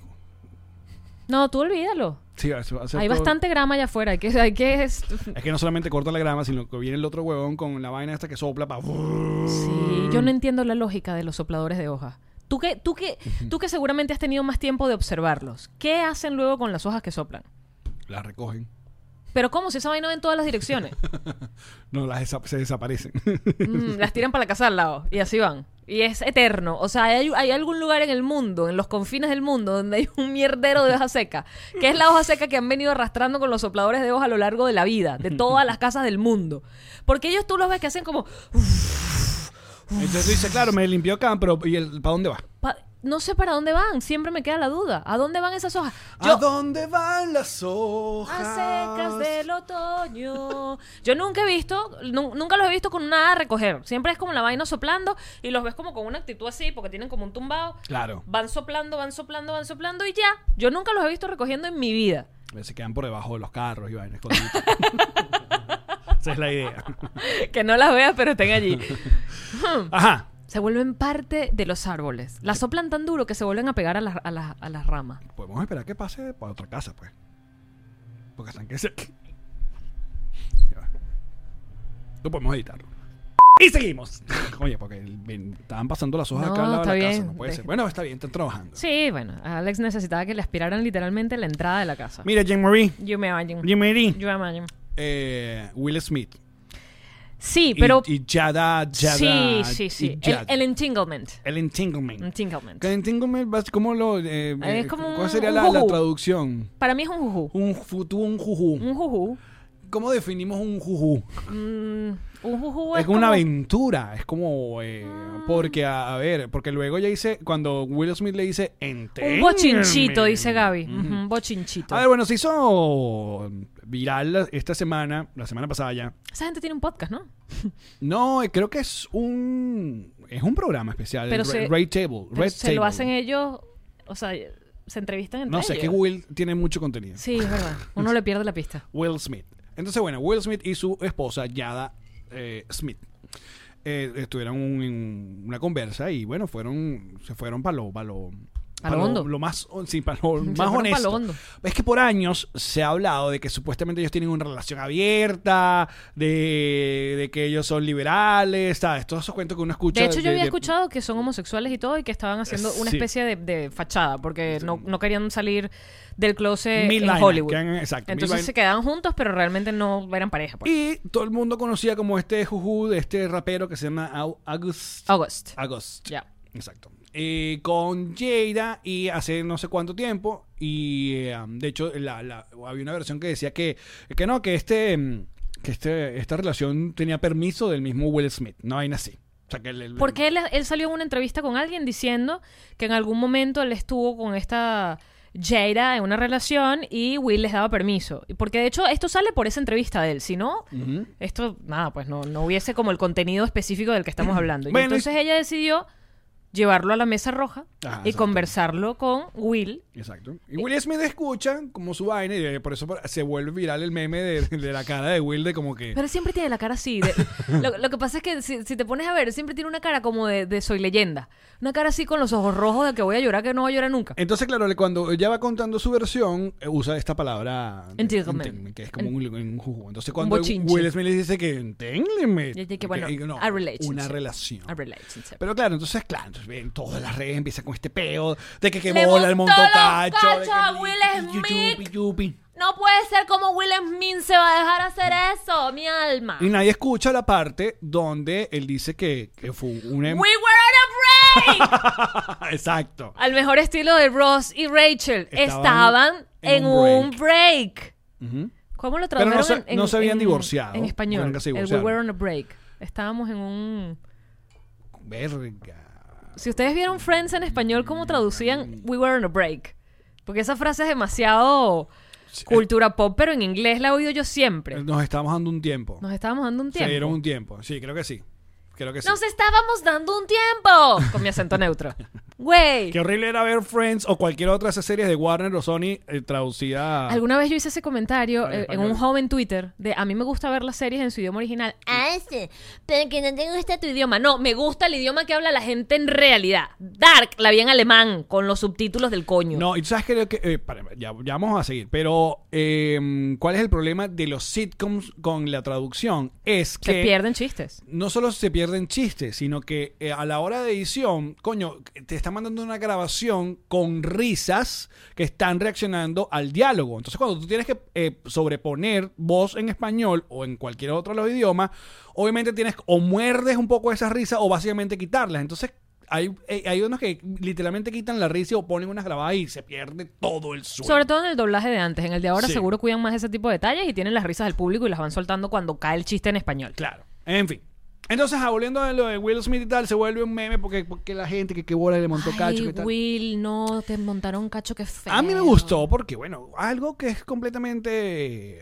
No, tú olvídalo.
sí, hace- hace
Hay
todo-
bastante grama allá afuera. Hay que, hay que
Es que no solamente corta la grama, sino que viene el otro huevón con la vaina esta que sopla para.
Sí, yo no entiendo la lógica de los sopladores de hojas. Tú que, tú que, tú que seguramente has tenido más tiempo de observarlos. ¿Qué hacen luego con las hojas que soplan?
Las recogen.
Pero ¿cómo? Si esa vaina va en todas las direcciones.
No, las desa- se desaparecen.
Mm, las tiran para la casa al lado y así van. Y es eterno. O sea, hay, hay algún lugar en el mundo, en los confines del mundo, donde hay un mierdero de hoja seca, que es la hoja seca que han venido arrastrando con los sopladores de hoja a lo largo de la vida, de todas las casas del mundo. Porque ellos tú los ves que hacen como...
Entonces tú dices, claro, me limpió acá, pero ¿y el, para dónde va?
"Pa- no sé para dónde van, siempre me queda la duda. ¿A dónde van esas hojas?
¿A dónde van las hojas?
A secas del otoño. Yo nunca he visto, nu- nunca los he visto con nada a recoger. Siempre es como la vaina soplando y los ves como con una actitud así, porque tienen como un tumbado.
Claro.
Van soplando, van soplando, van soplando y ya. Yo nunca los he visto recogiendo en mi vida.
Eh, Se quedan por debajo de los carros y vainas escondidas. Esa es la idea.
Que no las veas, pero estén allí.
Ajá.
Se vuelven parte de los árboles. Las soplan tan duro que se vuelven a pegar a las, a las, a las ramas.
Podemos Pues esperar que pase para otra casa, pues. Porque están que se. No podemos editarlo. Y seguimos. Oye, porque el- ven- estaban pasando las hojas
No,
acá al lado de
está
la casa.
bien.
No puede
Deje-
ser. Bueno, está bien, están trabajando.
Sí, bueno, Alex necesitaba que le aspiraran literalmente la entrada de la casa.
Mira, Jean Marie.
Yo me baño.
Jean Marie.
Yo me baño.
Eh, Will Smith.
Sí,
Y-
pero...
Y, Yada, Yada.
sí, sí, sí.
y
El,
Yada.
el entanglement.
El entanglement.
Entanglement.
El entanglement, vas- ¿cómo lo. eh,
Es
eh,
como
¿Cuál
un-
sería
un
la, la
jujú.
traducción?
Para mí es un jujú.
Un jujú. Un jujú.
Un jujú.
¿Cómo definimos un jujú?
Mm, un jujú es,
Es como una
como- Ah.
aventura, es como eh, porque a, a ver, porque luego ella dice cuando Will Smith le dice
Un
"Enténgame".
bochinchito, dice Gaby. Ujú, Un bochinchito.
A ver, bueno, se hizo viral la- esta semana, la semana pasada ya.
Esa gente tiene un podcast, ¿no?
No, eh, creo que es un es un programa especial,
Pero
el
se-
Re- Red Table,
Pero
Red
se lo
Table.
hacen ellos, o sea, se entrevistan entre
No sé, es que
ellos.
Will tiene mucho contenido.
Sí, es verdad. Uno le pierde la pista.
Will Smith. Entonces, bueno, Will Smith y su esposa, Yada eh, Smith, eh, estuvieron un- en una conversa y, bueno, fueron, se fueron para lo, pa' lo,
Pa'
pa'
lo hondo.
lo más, hon- sí, para lo más
fueron pa'
honesto.
lo hondo.
Es que por años se ha hablado de que supuestamente ellos tienen una relación abierta, de, de que ellos son liberales, ¿sabes? Todos esos cuentos que uno escucha.
De hecho, yo había
de-
escuchado que son homosexuales y todo y que estaban haciendo una
Sí.
especie de, de fachada porque no, no querían salir del closet
Mil
en
vainas,
Hollywood.
que han- exacto, mil
Entonces
vainas.
se quedaban juntos, pero realmente no eran pareja. pues.
Y todo el mundo conocía como este juju de este rapero que se llama Au- August.
August.
August.
Ya.
Exacto. Eh, con Jada y hace no sé cuánto tiempo. Y eh, um, de hecho, la- la- había una versión que decía que, que no, que este mm, que este, esta relación tenía permiso del mismo Will Smith. No vaina así. O sea, que el- el-
Porque él, él salió en una entrevista con alguien diciendo que en algún momento él estuvo con esta Jada en una relación y Will les daba permiso. Y Porque de hecho esto sale por esa entrevista de él, si no, esto nada, pues no, no hubiese como el contenido específico del que estamos hablando. Y
Bueno, y-
entonces ella decidió llevarlo a la mesa roja
Ah,
y
exacto.
conversarlo con Will.
Exacto. Y Will Smith escucha como su vaina y eh, por eso por- se vuelve viral el meme de, de la cara de Will de como que...
Pero siempre tiene la cara así. de- lo, lo que pasa es que si, si te pones a ver, siempre tiene una cara como de, de soy leyenda. Una cara así con los ojos rojos de que voy a llorar, que no voy a llorar nunca.
Entonces, claro, le- cuando ella va contando su versión, eh, usa esta palabra...
Enténgleme.
enténgleme, Que es como un, un jugo. Entonces, cuando
bochinche.
Will Smith le dice que enténgleme.
Y- y que, bueno,
no,
a relationship.
Una relación.
A relationship.
Pero claro, entonces, claro, entonces, ven, todas las redes empiezan con este peo de que, que
Le
bola el
montó los
montocacho. de
cachos
que
a
li-
Will
yupi,
Smith.
yupi, yupi.
No puede ser como Will Smith se va a dejar hacer eso, mi alma.
Y nadie escucha la parte donde él dice que, que fue un...
We
em-
were on a break.
Exacto.
Al mejor estilo de Ross y Rachel. Estaban,
Estaban
en
en
un
un
break.
Ujú.
¿Cómo lo
Pero
tradujeron?
no se-
en- en-
no se habían
en-
divorciado,
En español.
nunca se
El we
divorciaron.
were on a break. Estábamos en un...
Verga.
Si ustedes vieron Friends en español, ¿cómo traducían we were on a break? Porque esa frase es demasiado
eh.
cultura pop, pero en inglés la he oído yo siempre.
Nos estamos dando un tiempo.
Nos estábamos dando un
Se
tiempo.
dieron un tiempo. Sí, creo que sí. Creo que sí.
Nos estábamos dando un tiempo. Con mi acento neutro. Güey.
Qué horrible era ver Friends o cualquier otra de esas series de Warner o Sony eh, traducida.
Alguna vez yo hice ese comentario
Al
eh, en
español.
un joven Twitter de a mí me gusta ver las series en su idioma original. Ah, sí, pero que no te gusta tu idioma. No, me gusta el idioma que habla la gente en realidad. Dark la vi en alemán con los subtítulos del coño.
No, y tú sabes que, lo que- eh, para, ya, ya vamos a seguir, pero eh, ¿cuál es el problema de los sitcoms con la traducción? Es que
Se pierden chistes.
no solo se pierden chistes, sino que eh, a la hora de edición, coño, te están mandando una grabación con risas que están reaccionando al diálogo. Entonces, cuando tú tienes que eh, sobreponer voz en español o en cualquier otro de los idiomas, obviamente tienes o muerdes un poco esas risas o básicamente quitarlas. Entonces, hay, eh, hay unos que literalmente quitan la risa o ponen unas grabadas y se pierde todo el suelo.
Sobre todo en el doblaje de antes. En el de ahora
Sí.
seguro cuidan más ese tipo de detalles y tienen las risas del público y las van soltando cuando cae el chiste en español.
Claro. En fin. Entonces, ah, volviendo a lo de Will Smith y tal, se vuelve un meme porque, porque la gente que, que bola le montó cacho. que tal.
Will, no, te montaron cacho que feo.
A mí me gustó porque, bueno, algo que es completamente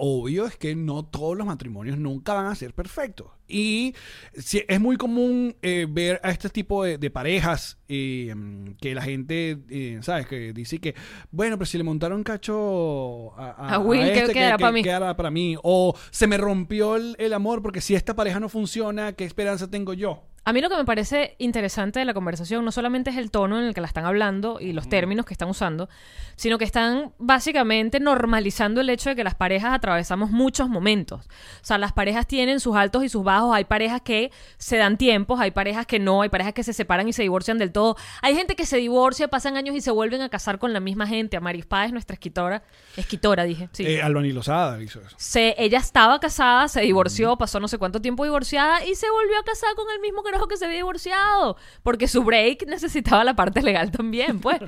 obvio es que no todos los matrimonios nunca van a ser perfectos. Y si- es muy común eh, ver a este tipo de, de parejas eh, mm, que la gente, eh, ¿sabes? Que dice que, bueno, pero si le montaron cacho a,
A Will, ¿qué
que-
quedará
que-
para mí?
quedará para mí? O se me rompió el, el amor porque si esta pareja no funciona, ¿qué esperanza tengo yo?
A mí lo que me parece interesante de la conversación no solamente es el tono en el que la están hablando y los términos que están usando, sino que están básicamente normalizando el hecho de que las parejas atravesamos muchos momentos. O sea, las parejas tienen sus altos y sus bajos, hay parejas que se dan tiempos, hay parejas que no, hay parejas que se separan y se divorcian del todo, hay gente que se divorcia, pasan años y se vuelven a casar con la misma gente. A Maris Páez, nuestra escritora, escritora dije, sí.
Eh, Albany Lozada hizo eso.
Se, ella estaba casada, se divorció, pasó no sé cuánto tiempo divorciada y se volvió a casar con el mismo carajo que se había divorciado. Porque su break necesitaba la parte legal también, pues.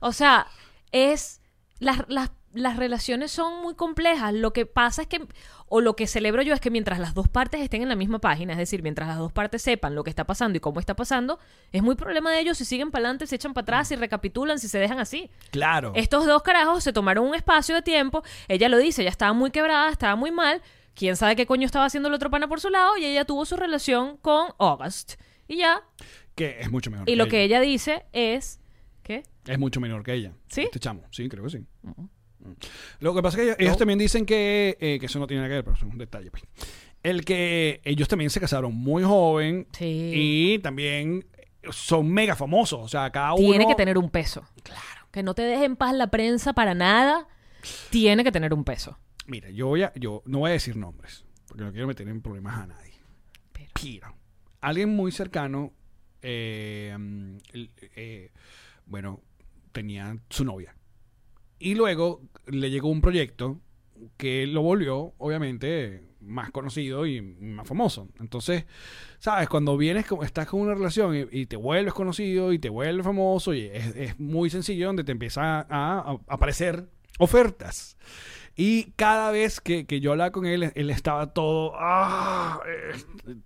O sea, es. Las, las, las relaciones son muy complejas. Lo que pasa es que. O lo que celebro yo es que mientras las dos partes estén en la misma página, es decir, mientras las dos partes sepan lo que está pasando y cómo está pasando, es muy problema de ellos si siguen para adelante, si echan para atrás, si recapitulan, si se dejan así.
Claro.
Estos dos carajos se tomaron un espacio de tiempo. Ella lo dice, ella estaba muy quebrada, estaba muy mal. Quién sabe qué coño estaba haciendo el otro pana por su lado. Y ella tuvo su relación con August. Y ya.
que es mucho mejor.
Y lo que ella dice es. ¿Qué?
Es mucho menor que ella.
¿Sí?
Este chamo, sí, creo que sí. Mm. Lo que pasa es que ellos, ellos también dicen que, eh, que eso no tiene nada que ver, pero eso es un detalle. pues. El que ellos también se casaron muy joven
Sí.
y también son mega famosos. O sea, cada
Tiene
uno.
que tener un peso. Claro. Que no te deje en paz la prensa para nada. Tiene que tener un peso.
Mira, yo, voy a, yo no voy a decir nombres porque no quiero meter en problemas a nadie.
Pero-
Pero alguien muy cercano, eh, mm, el- eh, bueno, tenía su novia. Y luego le llegó un proyecto que lo volvió, obviamente, más conocido y más famoso. Entonces, sabes, cuando vienes, con- estás con una relación y, y te vuelves conocido y te vuelves famoso, y es, es muy sencillo donde te empieza a, a aparecer ofertas. Y cada vez que, que yo hablaba con él, él estaba todo ah, eh,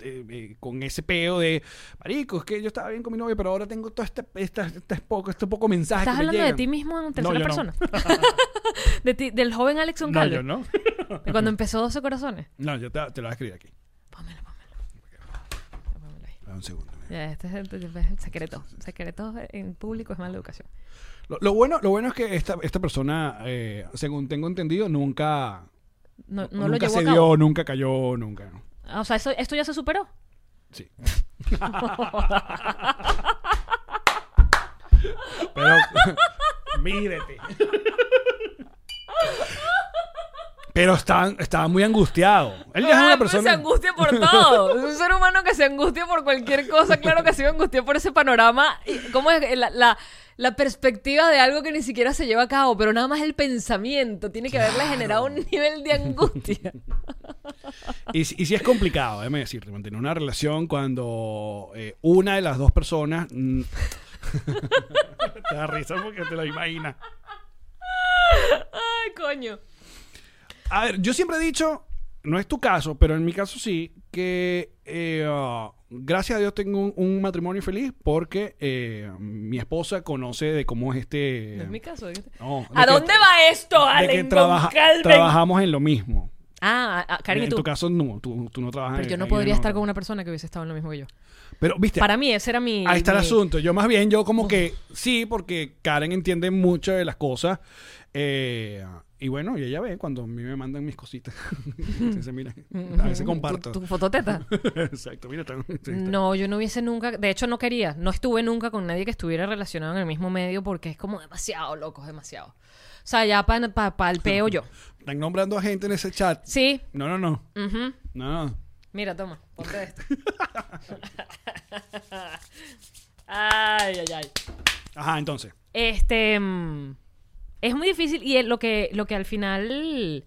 eh, eh, con ese peo de marico, es que yo estaba bien con mi novia, pero ahora tengo todo este, esta- este poco, este poco mensaje.
¿Estás
que me
hablando de
llegan".
ti mismo en tercera
yo no.
persona? de ti, del joven Alex
No,
Goncalves.
yo no.
De Cuando empezó 12 corazones.
No, yo te, te lo voy a escribir aquí.
Pónmelo, pónmelo. Pónmelo ahí.
Dame un segundo.
Ya, este es el- el- el secreto. Secretos en público es mala educación.
Lo, lo bueno, lo bueno es que esta, esta persona, eh, según tengo entendido, nunca,
No, no lo
nunca
llevó
se
a cabo.
dio, nunca cayó, nunca.
Ah, O sea, eso- esto ya se superó.
Sí. Pero mírete. Pero estaba, estaba muy angustiado. Él ya es una
Ay, pues, Se
persona.
angustia por todo. Es un ser humano que se angustia por cualquier cosa. Claro que sí me angustié por ese panorama. Y ¿Cómo es la, la- la perspectiva de algo que ni siquiera se lleva a cabo? Pero nada más el pensamiento tiene que haberle generado un nivel de angustia.
Y, si- y si es complicado, déjame decirte, mantener una relación cuando eh, una de las dos personas. mm, te da risa porque te lo imaginas.
Ay, coño.
A ver, yo siempre he dicho, no es tu caso, pero en mi caso sí, que eh, ah, gracias a Dios tengo un, un matrimonio feliz porque eh, mi esposa conoce de cómo es este...
No es mi caso. ¿eh?
No, de
¿A
que-
dónde va esto,
de que
Allen?
trabaja-
Goncalves?
trabajamos en lo mismo.
Ah, ah, Karen, ¿y
en
tú?
tu caso no, tú, tú no trabajas
Pero
en-
yo no
ahí
podría
en
estar
otro.
con una persona que hubiese estado en lo mismo que yo.
Pero, viste,
Para mí, ese era mi.
Ahí está el
mi-
asunto. Yo más bien, yo como que sí, porque Karen entiende mucho de las cosas. eh, y bueno, y ella ve cuando a mí me mandan mis cositas. Entonces, mira, a veces comparto.
Mm, ¿Tu, tu fototeta?
Exacto, mira. está- está-
No, yo no hubiese nunca, de hecho no quería, no estuve nunca con nadie que estuviera relacionado en el mismo medio porque es como demasiado loco, es demasiado. O sea, ya para el peo yo.
Están nombrando a gente en ese chat.
Sí.
No, no, no.
ujú.
No, no.
Mira, toma, ponte esto. ay, ay, ay.
Ajá, entonces.
Este mm, es muy difícil y es lo que lo que al final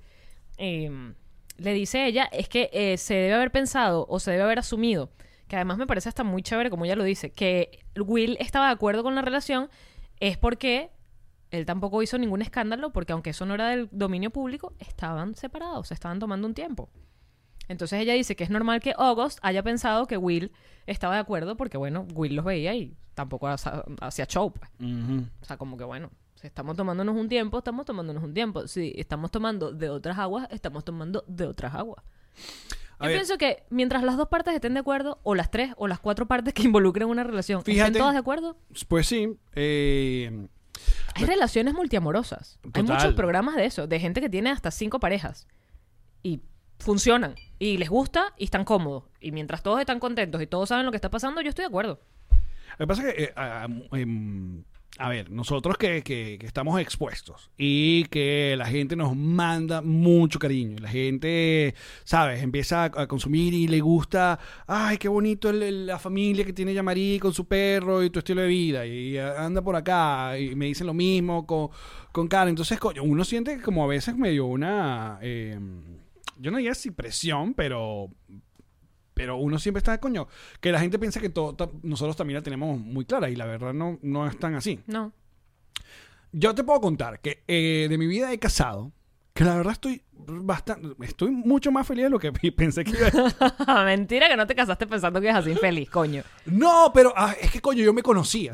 em, le dice ella es que eh, se debe haber pensado o se debe haber asumido que además me parece hasta muy chévere como ella lo dice que Will estaba de acuerdo con la relación es porque él tampoco hizo ningún escándalo porque aunque eso no era del dominio público estaban separados estaban tomando un tiempo entonces ella dice que es normal que August haya pensado que Will estaba de acuerdo porque bueno Will los veía y tampoco hacia- hacía show pues.
Ujú.
O sea, como que bueno, si estamos tomándonos un tiempo, estamos tomándonos un tiempo. Si estamos tomando de otras aguas, estamos tomando de otras aguas.
A
Yo
ver,
pienso que mientras las dos partes estén de acuerdo, o las tres, o las cuatro partes que involucren una relación,
Fíjate.
estén todas de acuerdo,
Pues sí. eh,
hay relaciones multiamorosas. Hay
Total.
muchos programas de eso, de gente que tiene hasta cinco parejas. Y funcionan. Y les gusta y están cómodos. Y mientras todos están contentos y todos saben lo que está pasando, yo estoy de acuerdo.
Lo que pasa es que, eh, a, a- em, a ver, nosotros que, que- que estamos expuestos y que la gente nos manda mucho cariño, y la gente, ¿sabes? Empieza a, a consumir y le gusta, ay, qué bonito el- el- la familia que tiene Yamari con su perro y tu estilo de vida, y a- anda por acá, y me dicen lo mismo con, con Karen. Entonces, coño, uno siente como a veces medio una, em, yo no diría si presión, pero pero uno siempre está, coño, que la gente piensa que todo, ta- nosotros también la tenemos muy clara y la verdad no, no es tan así.
No.
Yo te puedo contar que eh, de mi vida de casado, que la verdad estoy bastante, estoy mucho más feliz de lo que pi- pensé que iba a
Mentira que no te casaste pensando que ibas así infeliz, coño.
No, pero ah, es que coño, yo me conocía.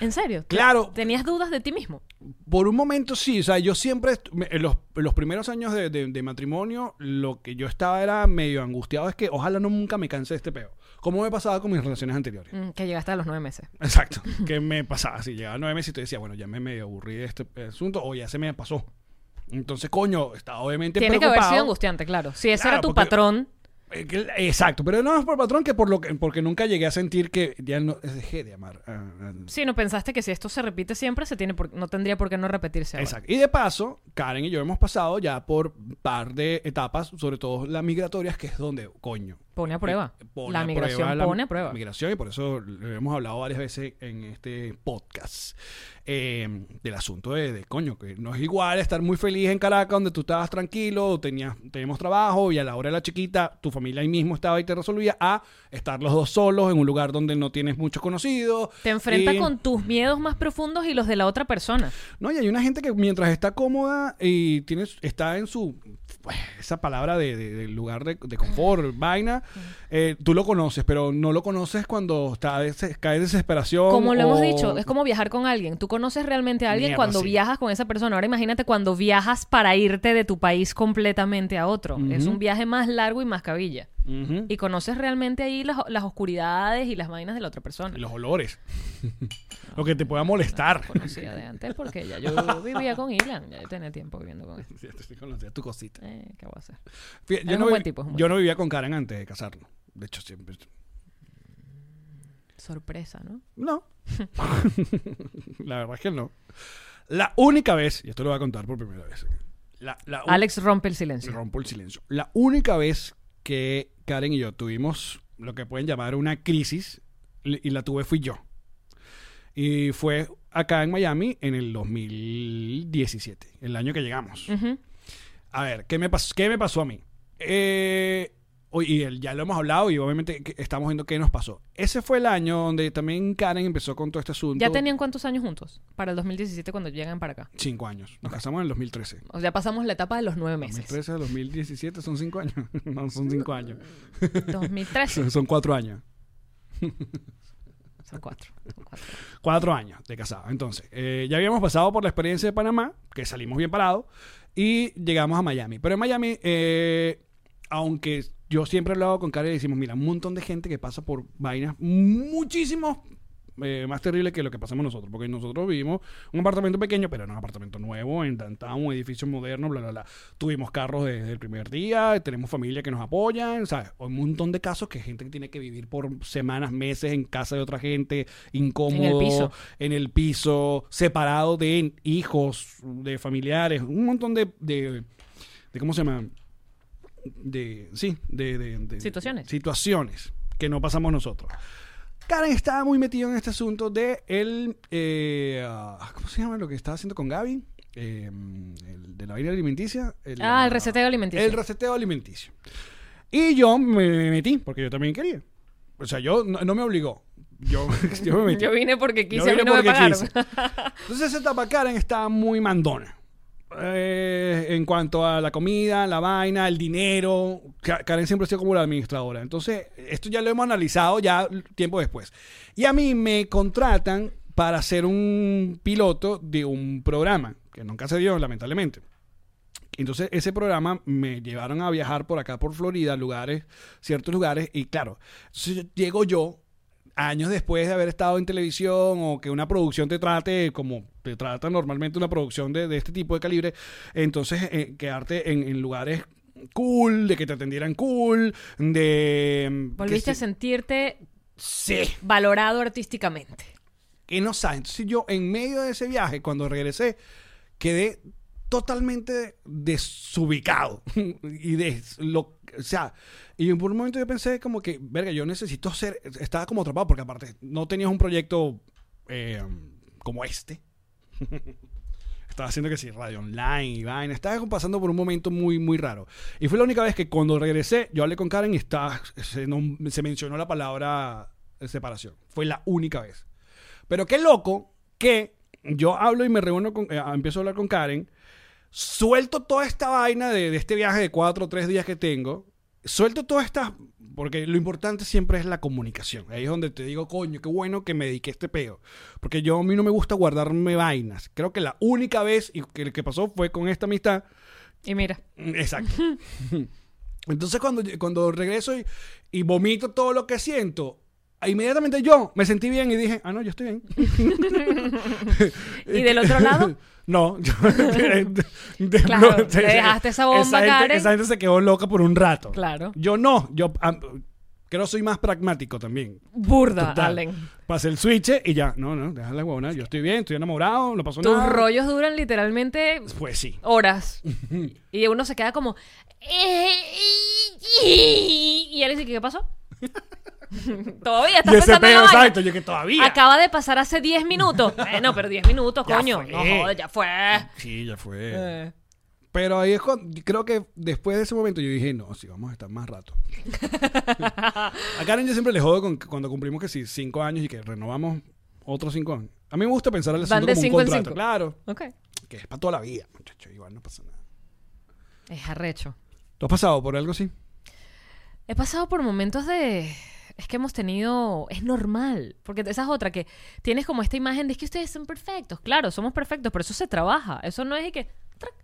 ¿En serio?
Claro.
¿Tenías dudas de ti mismo?
Por un momento sí, o sea, yo siempre, est- me- en los, en los primeros años de, de- de matrimonio, lo que yo estaba era medio angustiado, es que ojalá no nunca me canse de este peo, como me pasaba con mis relaciones anteriores.
Mm, Que llegaste a los nueve meses.
Exacto. que me pasaba? Si llegaba nueve meses y te decía, bueno, ya me medio aburrí de este asunto o ya se me pasó. Entonces, coño, estaba obviamente
Tiene que haber sido
preocupado.
angustiante, claro. Si ese
Claro,
era tu
porque-
patrón,
Eh, que- Exacto, pero no es por patrón que por lo que porque nunca llegué a sentir que ya no dejé de amar. a- a-
si no pensaste que si esto se repite siempre, se tiene por- no tendría por qué no repetirse. ahora.
Exacto. Y de paso, Karen y yo hemos pasado ya por un par de etapas, sobre todo las migratorias, que es donde, coño,
Pone a prueba.
Eh, pone
la
a
migración
prueba la
pone a prueba.
Migración, y por eso lo hemos hablado varias veces en este podcast. eh, del asunto de, de, coño, que no es igual estar muy feliz en Caracas, donde tú estabas tranquilo, tenías, teníamos trabajo, y a la hora de la chiquita, tu familia ahí mismo estaba y te resolvía, a estar los dos solos en un lugar donde no tienes muchos conocidos.
Te enfrentas
y-
con tus miedos más profundos y los de la otra persona.
No, y hay una gente que mientras está cómoda y tiene, está en su. pues, Esa palabra de, de- de lugar de, de confort, vaina, eh, tú lo conoces, pero no lo conoces cuando está des- cae en desesperación.
Como lo hemos
o-
dicho, es como viajar con alguien. Tú conoces realmente a alguien
Oh. Mierda,
cuando
sí.
viajas con esa persona. Ahora imagínate cuando viajas para irte de tu país completamente a otro. Es
Ujú.
un viaje más largo y más cabilla.
Ujú.
Y conoces realmente ahí las, las oscuridades y las vainas de la otra persona.
Y los olores. Lo que te pueda molestar.
Conocía de antes porque ya yo vivía con Ilan, ya yo tenía tiempo viviendo con él.
Sí, te estoy conociendo tu cosita.
Eh, ¿Qué voy a hacer?
Fí-
Es
yo,
un
no
buen
vi-
tipo, es un buen
yo no vivía con Karen antes de casarnos. De hecho, siempre.
Sorpresa, ¿no?
No. la verdad es que no. La única vez, y esto lo voy a contar por primera vez. La, la un-
Alex rompe el
Se
silencio.
rompo el silencio. La única vez que Karen y yo tuvimos lo que pueden llamar una crisis, l- y la tuve fui yo. Y fue acá en Miami en el 2017, el año que llegamos.
Ujú.
A ver, ¿qué me, pas- qué me pasó a mí? Eh, oye, y el- ya lo hemos hablado y obviamente que- estamos viendo qué nos pasó. Ese fue el año donde también Karen empezó con todo este asunto.
¿Ya tenían cuántos años juntos? Para el 2017 cuando llegan para acá.
Cinco años. Nos casamos en el 2013.
O sea, pasamos la etapa de los nueve meses.
2013 a 2017 son cinco años. no, son cinco años.
2013.
Son- son cuatro años.
Son cuatro. Son cuatro.
Cuatro años de casado. Entonces, eh, ya habíamos pasado por la experiencia de Panamá, que salimos bien parados, y llegamos a Miami. Pero en Miami, eh, aunque yo siempre he hablado con Karen y decimos, mira, un montón de gente que pasa por vainas muchísimos eh, más terribles que lo que pasamos nosotros, porque nosotros vivimos un apartamento pequeño, pero en un apartamento nuevo, en downtown, un edificio moderno, bla, bla, bla. Tuvimos carros desde el primer día, tenemos familia que nos apoyan, ¿sabes? Un montón de casos que gente que tiene que vivir por semanas, meses en casa de otra gente, incómodo,
piso.
en el piso, separado de hijos, de familiares, un montón de, de, de ¿cómo se llama? De, sí, de, de- de-
Situaciones.
Situaciones que no pasamos nosotros. Karen estaba muy metido en este asunto de el, eh, ah, ¿cómo se llama lo que estaba haciendo con Gaby? Eh, el de la vaina alimenticia. El,
Ah, el reseteo alimenticio.
El reseteo alimenticio. Y yo me metí, porque yo también quería. O sea, yo no, no me obligó. Yo, yo me metí.
Yo vine porque
Yo
quise, a mí
vine
no me
porque
pagaron.
quise. Entonces esa etapa Karen estaba muy mandona. Eh, en cuanto a la comida, la vaina, el dinero, Ka- Karen siempre ha sido como la administradora. Entonces, esto ya lo hemos analizado ya tiempo después. Y a mí me contratan para ser un piloto de un programa, que nunca se dio, lamentablemente. Entonces, ese programa me llevaron a viajar por acá, por Florida, lugares, ciertos lugares, y claro, entonces yo- llego yo, años después de haber estado en televisión o que una producción te trate como te trata normalmente una producción de, de este tipo de calibre, entonces eh, quedarte en, en lugares cool, de que te atendieran cool, de... mm, que
Volviste a
se-
sentirte
Sí.
valorado artísticamente.
que no saben. Entonces yo en medio de ese viaje, cuando regresé, quedé totalmente desubicado y de lo o sea y por un momento yo pensé como que verga yo necesito ser estaba como atrapado porque aparte no tenías un proyecto eh, como este estaba haciendo que sí, radio online y vaina. Estaba pasando por un momento muy, muy raro. Y fue la única vez que cuando regresé, yo hablé con Karen y estaba, se, nom- se mencionó la palabra separación. Fue la única vez. Pero qué loco que yo hablo y me reúno con, eh, empiezo a hablar con Karen, suelto toda esta vaina de, de este viaje de cuatro o tres días que tengo, suelto todas estas, porque lo importante siempre es la comunicación. Ahí es donde te digo, coño, qué bueno que me dediqué a este peo. Porque yo a mí no me gusta guardarme vainas. Creo que la única vez y que, que pasó fue con esta amistad.
Y mira,
Exacto. Entonces cuando, cuando regreso y, y vomito todo lo que siento, inmediatamente yo me sentí bien y dije, ah, no, yo estoy bien.
¿Y del otro lado?
No, yo- de- de-
Claro,
no,
le dejaste esa bomba,
gente-
Karen.
esa gente se quedó loca por un rato.
Claro.
Yo no, yo ah, creo soy más pragmático también.
burda,
Total.
Allen.
Pasé el switch y ya, no, no, deja la huevona, yo estoy bien, estoy enamorado, no pasó
Tus
nada.
rollos duran literalmente
Pues sí.
horas. y uno se queda como... "Eh, Y Alex dice, ¿qué pasó? Todavía está
Y ese
pensando en la
pedo,
vaina.
exacto, yo que todavía.
Acaba de pasar hace 10 minutos. Bueno, pero 10 minutos,
Ya
coño.
fue.
No jodas, ya fue.
Sí, ya fue.
Eh.
Pero ahí es cuando, creo que después de ese momento yo dije, no, sí, vamos a estar más rato. a Karen yo siempre le jodo con, cuando cumplimos que sí, cinco años y que renovamos otros cinco años. A mí me gusta pensar el
Van
asunto
de
como un
cinco en
contrato.
cinco.
Claro,
Ok.
que es para toda la vida, muchacho, igual no pasa nada.
Es arrecho.
¿Tú has pasado por algo así?
He pasado por momentos de... Es que hemos tenido... Es normal. Porque esa es otra que tienes como esta imagen de "Es que ustedes son perfectos. Claro, somos perfectos, pero eso se trabaja. Eso no es de que... trac.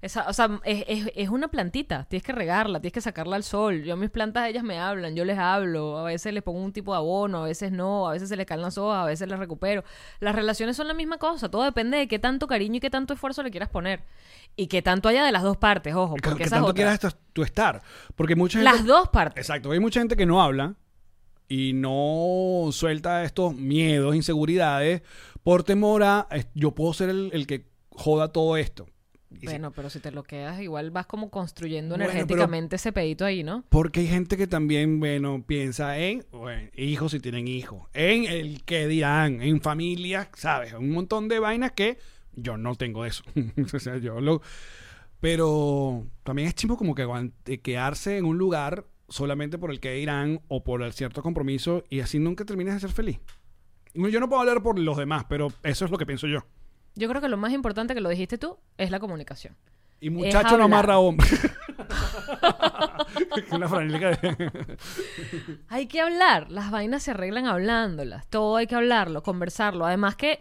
Esa, o sea, es, es- es una plantita, tienes que regarla, tienes que sacarla al sol. Yo a mis plantas, ellas me hablan, yo les hablo, a veces les pongo un tipo de abono, a veces no, a veces se les caen las hojas, a veces las recupero. Las relaciones son la misma cosa, todo depende de qué tanto cariño y qué tanto esfuerzo le quieras poner. Y qué tanto haya de las dos partes, ojo,
Que,
porque
que
esa es
tanto
otra.
quieras tu- tu estar. Porque mucha gente.
Las dos partes.
Exacto, hay mucha gente que no habla y no suelta estos miedos, inseguridades, por temor a eh, yo puedo ser el, el que joda todo esto. Y si-
Bueno, pero si te lo quedas, igual vas como construyendo
Bueno, pero-
energéticamente ese pedito ahí, ¿no?
Porque hay gente que también, bueno, piensa en bueno, hijos si tienen hijos, en el que dirán, en familias, ¿sabes? Un montón de vainas que yo no tengo de eso. o sea, yo lo... Pero también es chimo como que aguan- eh, quedarse en un lugar solamente por el que dirán o por el cierto compromiso y así nunca terminas de ser feliz. No, Yo no puedo hablar por los demás, pero eso es lo que pienso yo.
Yo creo que lo más importante que lo dijiste tú es la comunicación.
Y
Es
muchacho
hablar.
no amarra hombre. Una franelica de-
Hay que hablar, las vainas se arreglan hablándolas, todo hay que hablarlo, conversarlo. Además que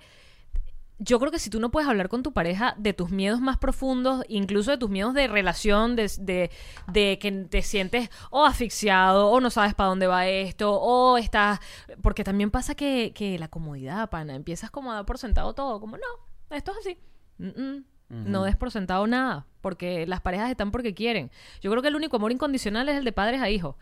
yo creo que si tú no puedes hablar con tu pareja de tus miedos más profundos, incluso de tus miedos de relación, de, de- de que te sientes o asfixiado, o no sabes para dónde va esto, o estás... Porque también pasa que, que la comodidad, pana, empiezas como a dar por sentado todo, como no, esto es así. Mm, mm, No des por sentado nada, porque las parejas están porque quieren. Yo creo que el único amor incondicional es el de padres a hijos.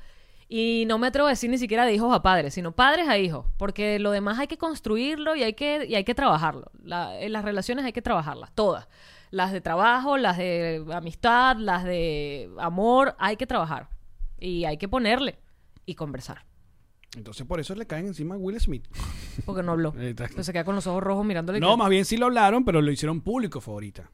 Y no me atrevo a decir ni siquiera de hijos a padres, sino padres a hijos, porque lo demás hay que construirlo y hay que, y hay que trabajarlo. La- eh, las relaciones hay que trabajarlas, todas. Las de trabajo, las de amistad, las de amor, hay que trabajar. Y hay que ponerle y conversar,
Entonces por eso le caen encima a Will Smith.
porque no habló.
Exacto.
Entonces se queda con los ojos rojos mirándole.
No, más bien sí lo hablaron, pero lo hicieron público fue ahorita.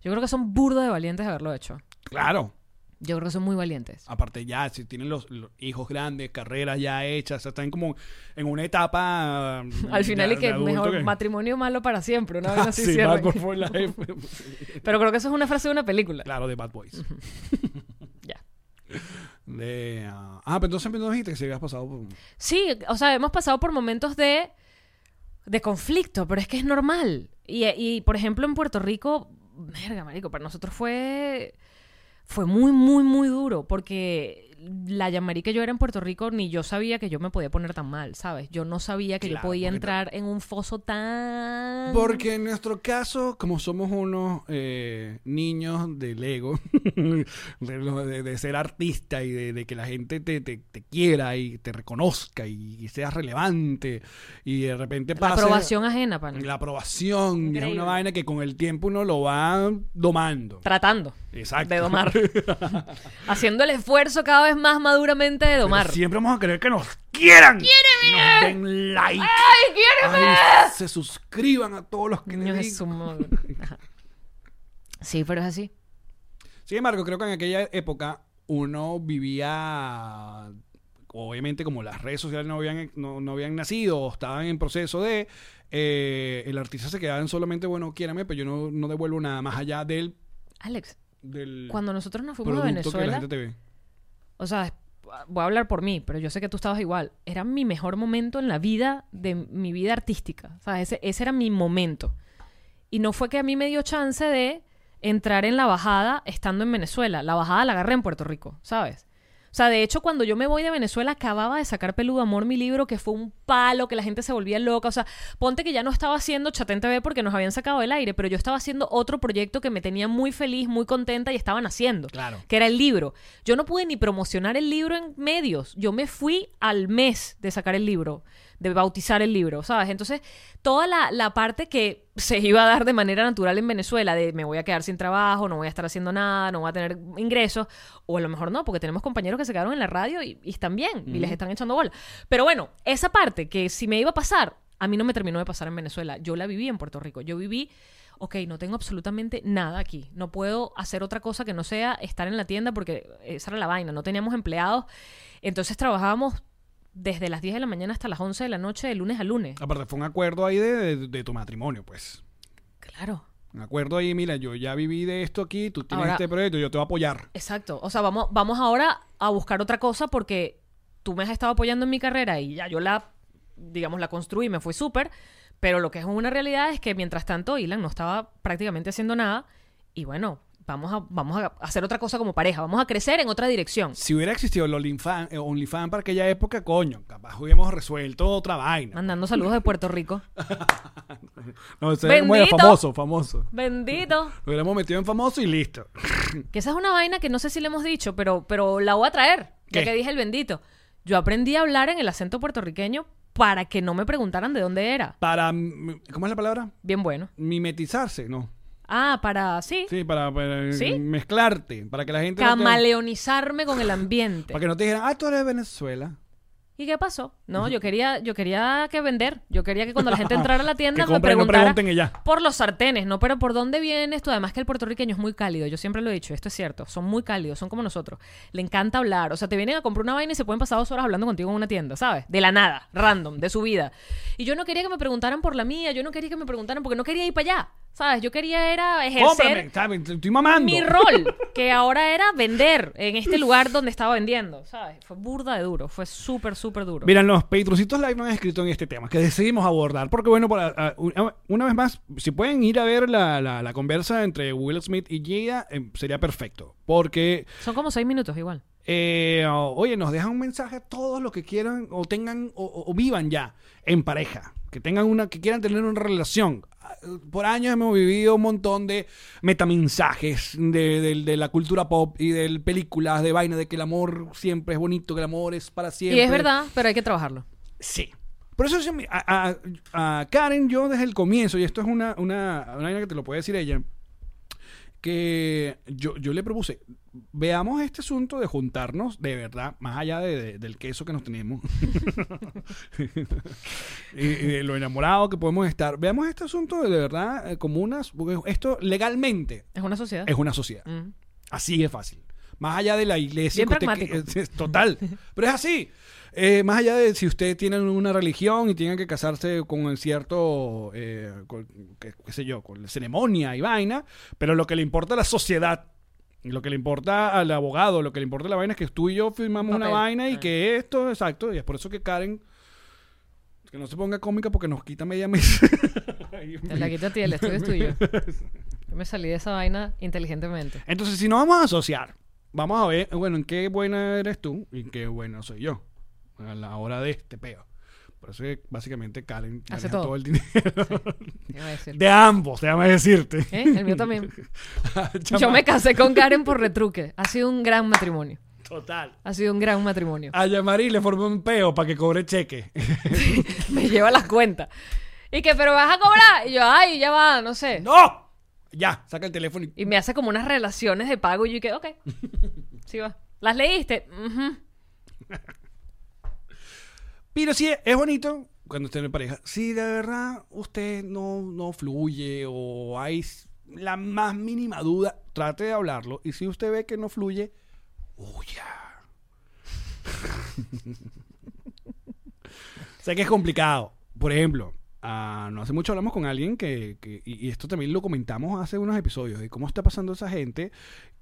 Yo creo que son burdos de valientes de haberlo hecho.
Claro.
Yo creo que son muy valientes.
Aparte ya, si tienen los, los hijos grandes, carreras ya hechas, o sea, están como en una etapa...
Al final
Ah, ya
y que
de adulto
mejor
que- Ah,
matrimonio malo para siempre, una vez así
Sí,
cierran.
Bad Boys for Life.
Pero creo que eso es una frase de una película.
claro, de Bad Boys.
Ya.
De, ah, ah, pero entonces me dijiste que se habías pasado por...
Sí, o sea, hemos pasado por momentos de, de conflicto, pero es que es normal. Y, y, por ejemplo, en Puerto Rico, verga, marico, para nosotros fue, fue muy, muy, muy duro, porque la llamarí que yo era en Puerto Rico, ni yo sabía que yo me podía poner tan mal, ¿sabes? Yo no sabía que
Claro,
yo podía
porque-
entrar en un foso tan...
Porque en nuestro caso, como somos unos eh, niños del ego, de, lo- de- de ser artista y de, de que la gente te, te- te quiera y te reconozca y, seas relevante y de repente
La
pasa...
aprobación ajena, pana.
La aprobación y es
Increíble.
una vaina que con el tiempo uno lo va domando.
Tratando
Exacto.
de domar. Haciendo el esfuerzo cada vez más maduramente de domar.
Siempre vamos a querer que nos quieran. Nos den like. ¡Ay, Se suscriban a todos los que
Niños
les
de
digo.
su madre. Ajá. Sí, pero es así.
Sin embargo, creo que en aquella época uno vivía, obviamente como las redes sociales no habían, no, no habían nacido o estaban en proceso de, eh, el artista se quedaba en solamente, bueno, quiérame, pero yo no, no devuelvo nada más allá del,
Alex,
del
cuando nosotros nos fuimos a
producto que la
Venezuela,
gente te ve.
o sea, es- voy a hablar por mí, pero yo sé que tú estabas igual. Era mi mejor momento en la vida, de mi vida artística. O sea, ese, ese era mi momento. Y no fue que a mí me dio chance de entrar en la bajada estando en Venezuela. La bajada la agarré en Puerto Rico, ¿sabes? O sea, de hecho, cuando yo me voy de Venezuela, acababa de sacar Peludo Amor, mi libro, que fue un palo, que la gente se volvía loca. O sea, ponte que ya no estaba haciendo Chatén TV porque nos habían sacado del aire, pero yo estaba haciendo otro proyecto que me tenía muy feliz, muy contenta y estaban haciendo.
Claro.
Que era el libro. Yo no pude ni promocionar el libro en medios. Yo me fui al mes de sacar el libro, de bautizar el libro, ¿sabes? Entonces, toda la, la parte que se iba a dar de manera natural en Venezuela, de me voy a quedar sin trabajo, no voy a estar haciendo nada, no voy a tener ingresos, o a lo mejor no, porque tenemos compañeros que se quedaron en la radio y, y están bien, y les están echando bola. Pero bueno, esa parte que si me iba a pasar, a mí no me terminó de pasar en Venezuela. Yo la viví en Puerto Rico. Yo viví, ok, no tengo absolutamente nada aquí. No puedo hacer otra cosa que no sea estar en la tienda porque esa era la vaina. No teníamos empleados. Entonces trabajábamos desde las 10 de la mañana hasta las 11 de la noche, de lunes a lunes.
Aparte, fue un acuerdo ahí de, de- de tu matrimonio, pues.
Claro.
Un acuerdo ahí, mira, yo ya viví de esto aquí, tú tienes
Ahora-
este proyecto, yo te voy a apoyar.
Exacto. O sea, vamos, vamos ahora a buscar otra cosa porque tú me has estado apoyando en mi carrera y ya yo la, digamos, la construí, me fue súper. Pero lo que es una realidad es que mientras tanto, Ilan no estaba prácticamente haciendo nada. Y bueno, vamos a, vamos a hacer otra cosa como pareja, vamos a crecer en otra dirección.
Si hubiera existido el OnlyFans eh, OnlyFans para aquella época, coño, capaz hubiéramos resuelto otra vaina.
Mandando saludos de Puerto Rico.
No, ese era como era
Bendito.
famoso, famoso.
Bendito.
Lo hubiéramos metido en famoso y listo.
Que esa es una vaina que no sé si le hemos dicho, pero, pero la voy a traer. Ya
¿Qué?
que dije el bendito. Yo aprendí a hablar en el acento puertorriqueño para que no me preguntaran de dónde era.
Para. mm, ¿Cómo es la palabra?
Bien bueno.
Mimetizarse, ¿no?
Ah, para, sí,
Sí, para, para, eh,
¿Sí?
mezclarte. Para que la gente. no te-
camaleonizarme con el ambiente.
para que no te dijeran, ah, tú eres de Venezuela.
¿Y qué pasó? No, yo quería, yo quería que vender. Yo quería que cuando la gente entrara a la tienda
Que
me
compren, no
preguntara
pregunten y ya.
por los sartenes, ¿no? Pero ¿por dónde viene esto? Además que el puertorriqueño es muy cálido. Yo siempre lo he dicho, esto es cierto. Son muy cálidos, son como nosotros. Le encanta hablar. O sea, te vienen a comprar una vaina y se pueden pasar dos horas hablando contigo en una tienda, ¿sabes? De la nada, random, de su vida. Y yo no quería que me preguntaran por la mía. Yo no quería que me preguntaran porque no quería ir para allá. ¿Sabes? Yo quería era ejercer
Cómprame, ¿sabes? Te- Estoy mamando.
mi rol, que ahora era vender en este lugar donde estaba vendiendo, ¿sabes? Fue burda de duro, fue súper, súper duro.
Miren, los Petrocitos Live no han escrito en este tema, que decidimos abordar, porque bueno, para, a- una, una vez más, si pueden ir a ver la, la- la conversa entre Will Smith y Jada, eh, sería perfecto, porque,
Son como seis minutos igual.
eh, o- oye, nos dejan un mensaje a todos los que quieran o tengan o- o, o vivan ya en pareja, que tengan una, que quieran tener una relación. Ah, Por años hemos vivido un montón de metamensajes de, de- de la cultura pop y de películas, de vaina, de que el amor siempre es bonito, que el amor es para siempre.
Y es verdad, pero hay que trabajarlo.
Sí. Por eso yo me- a, a- a Karen, yo desde el comienzo, y esto es una, una, una vaina que te lo puede decir ella, que yo, yo le propuse, veamos este asunto de juntarnos de verdad, más allá de- de- del queso que nos tenemos, y, y de lo enamorado que podemos estar, veamos este asunto de, de verdad eh, como unas, porque esto legalmente
Es una sociedad.
es una sociedad.
Mm.
Así es fácil. Más allá de la iglesia.
Bien
que usted-
pragmático.
que- es- es total. Pero es así. Eh, más allá de si ustedes tienen una religión y tienen que casarse con cierto, eh, con- qué, qué sé yo, con ceremonia y vaina, pero lo que le importa a la sociedad, lo que le importa al abogado, lo que le importa a la vaina es que tú y yo firmamos una
Papel.
vaina y
Ah.
que esto, exacto, y es por eso que Karen, que no se ponga cómica porque nos quita media mesa.
Te la quito a ti, el estudio es tuyo. Yo me salí de esa vaina inteligentemente.
Entonces, si nos vamos a asociar, vamos a ver, bueno, en qué buena eres tú y en qué buena soy yo a la hora de este peo. Por eso que básicamente Karen maneja
Hace todo.
el dinero.
Te iba a decir.
De ambos, déjame decirte.
¿Eh? El mío también. Yo me casé con Karen por retruque. Ha sido un gran matrimonio.
Total.
Ha sido un gran matrimonio.
A Yamari le formó un peo para que cobre cheque.
Me lleva las cuentas. Y que, pero vas a cobrar. Y yo, ay, ya va, no sé.
¡No! Ya, saca el teléfono y...
Y me hace como unas relaciones de pago y yo que, ok, sí va. ¿Las leíste? Ujú.
Pero sí, es bonito cuando usted en pareja. Si de verdad usted no, no fluye o hay la más mínima duda, trate de hablarlo. Y si usted ve que no fluye, huya. sé que es complicado. Por ejemplo, ah, no hace mucho hablamos con alguien que, que- y, y esto también lo comentamos hace unos episodios, de cómo está pasando esa gente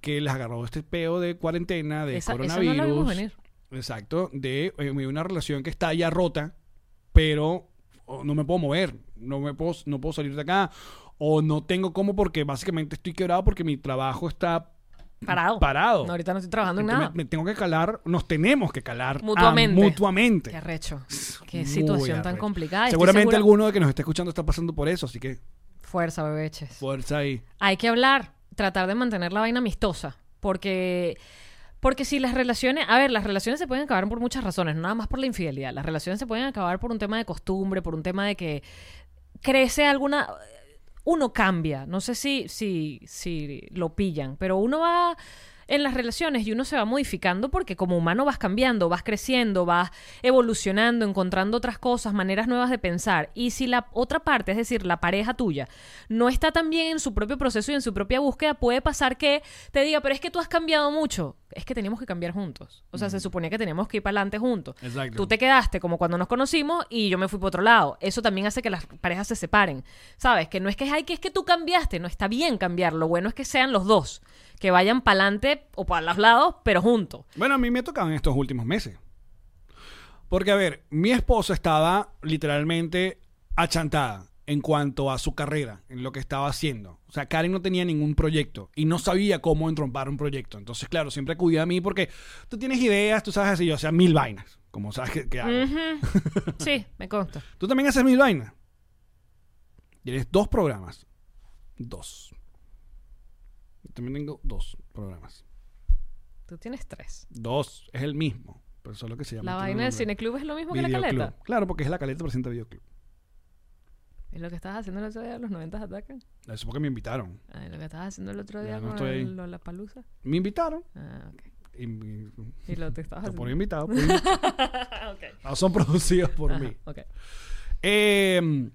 que les agarró este peo de cuarentena, de
Esa- eso no lo
coronavirus.
vimos venir.
Exacto, de eh, una relación que está ya rota, pero oh, no me puedo mover, no me puedo, no puedo salir de acá, o no tengo cómo porque básicamente estoy quebrado porque mi trabajo está
Parado.
parado.
No, ahorita no estoy trabajando en
Entonces
nada.
me, me tengo que calar, nos tenemos que calar a-
Mutuamente.
mutuamente.
Qué arrecho. Qué
Muy
situación tan
arrecho.
complicada. Estoy
Seguramente
segura-
alguno de que nos está escuchando está pasando por eso, así que
Fuerza, bebeches.
fuerza ahí.
Hay que hablar, tratar de mantener la vaina amistosa, porque porque si las relaciones, a ver, las relaciones se pueden acabar por muchas razones, no nada más por la infidelidad. Las relaciones se pueden acabar por un tema de costumbre, por un tema de que crece alguna uno cambia, no sé si si si lo pillan, pero uno va en las relaciones y uno se va modificando porque como humano vas cambiando, vas creciendo, vas evolucionando, encontrando otras cosas, maneras nuevas de pensar. Y si la otra parte, es decir, la pareja tuya, no está tan bien en su propio proceso y en su propia búsqueda, puede pasar que te diga, pero es que tú has cambiado mucho. Es que teníamos que cambiar juntos. O sea, se suponía que teníamos que ir para adelante juntos.
Exacto.
Tú te quedaste como cuando nos conocimos y yo me fui para otro lado. Eso también hace que las parejas se separen. ¿Sabes? Que no es que ay, que es que tú cambiaste, no está bien cambiar. Lo bueno es que sean los dos, que vayan para adelante o para los lados, pero juntos.
Bueno, a mí me ha tocado en estos últimos meses. Porque, a ver, mi esposa estaba literalmente achantada. en cuanto a su carrera, en lo que estaba haciendo. O sea, Karen no tenía ningún proyecto y no sabía cómo entrompar un proyecto. Entonces, claro, siempre acudía a mí porque tú tienes ideas, tú sabes así, yo hacía mil vainas, como sabes que, que hago.
Ujú. Sí, me consta.
Tú también haces mil vainas. Tienes dos programas. Dos. Yo también tengo dos programas.
Tú tienes tres.
Dos, es el mismo, pero solo que se llama.
La
otro
vaina del
nombre.
cineclub es lo mismo que la
Videoclub.
caleta.
Claro, porque es la caleta presenta videoclub.
Es lo que estabas haciendo el otro día, los 90 atacan.
Eso porque me invitaron.
Ah, lo que estabas haciendo el otro
Ya,
día
no
con
estoy ahí.
el- la palusa.
Me invitaron.
Ah, ok.
Y, y-
Y lo te estabas
te
haciendo. Ah,
pone invitado. pues, no son producidos por mí.
Ok.
Eh,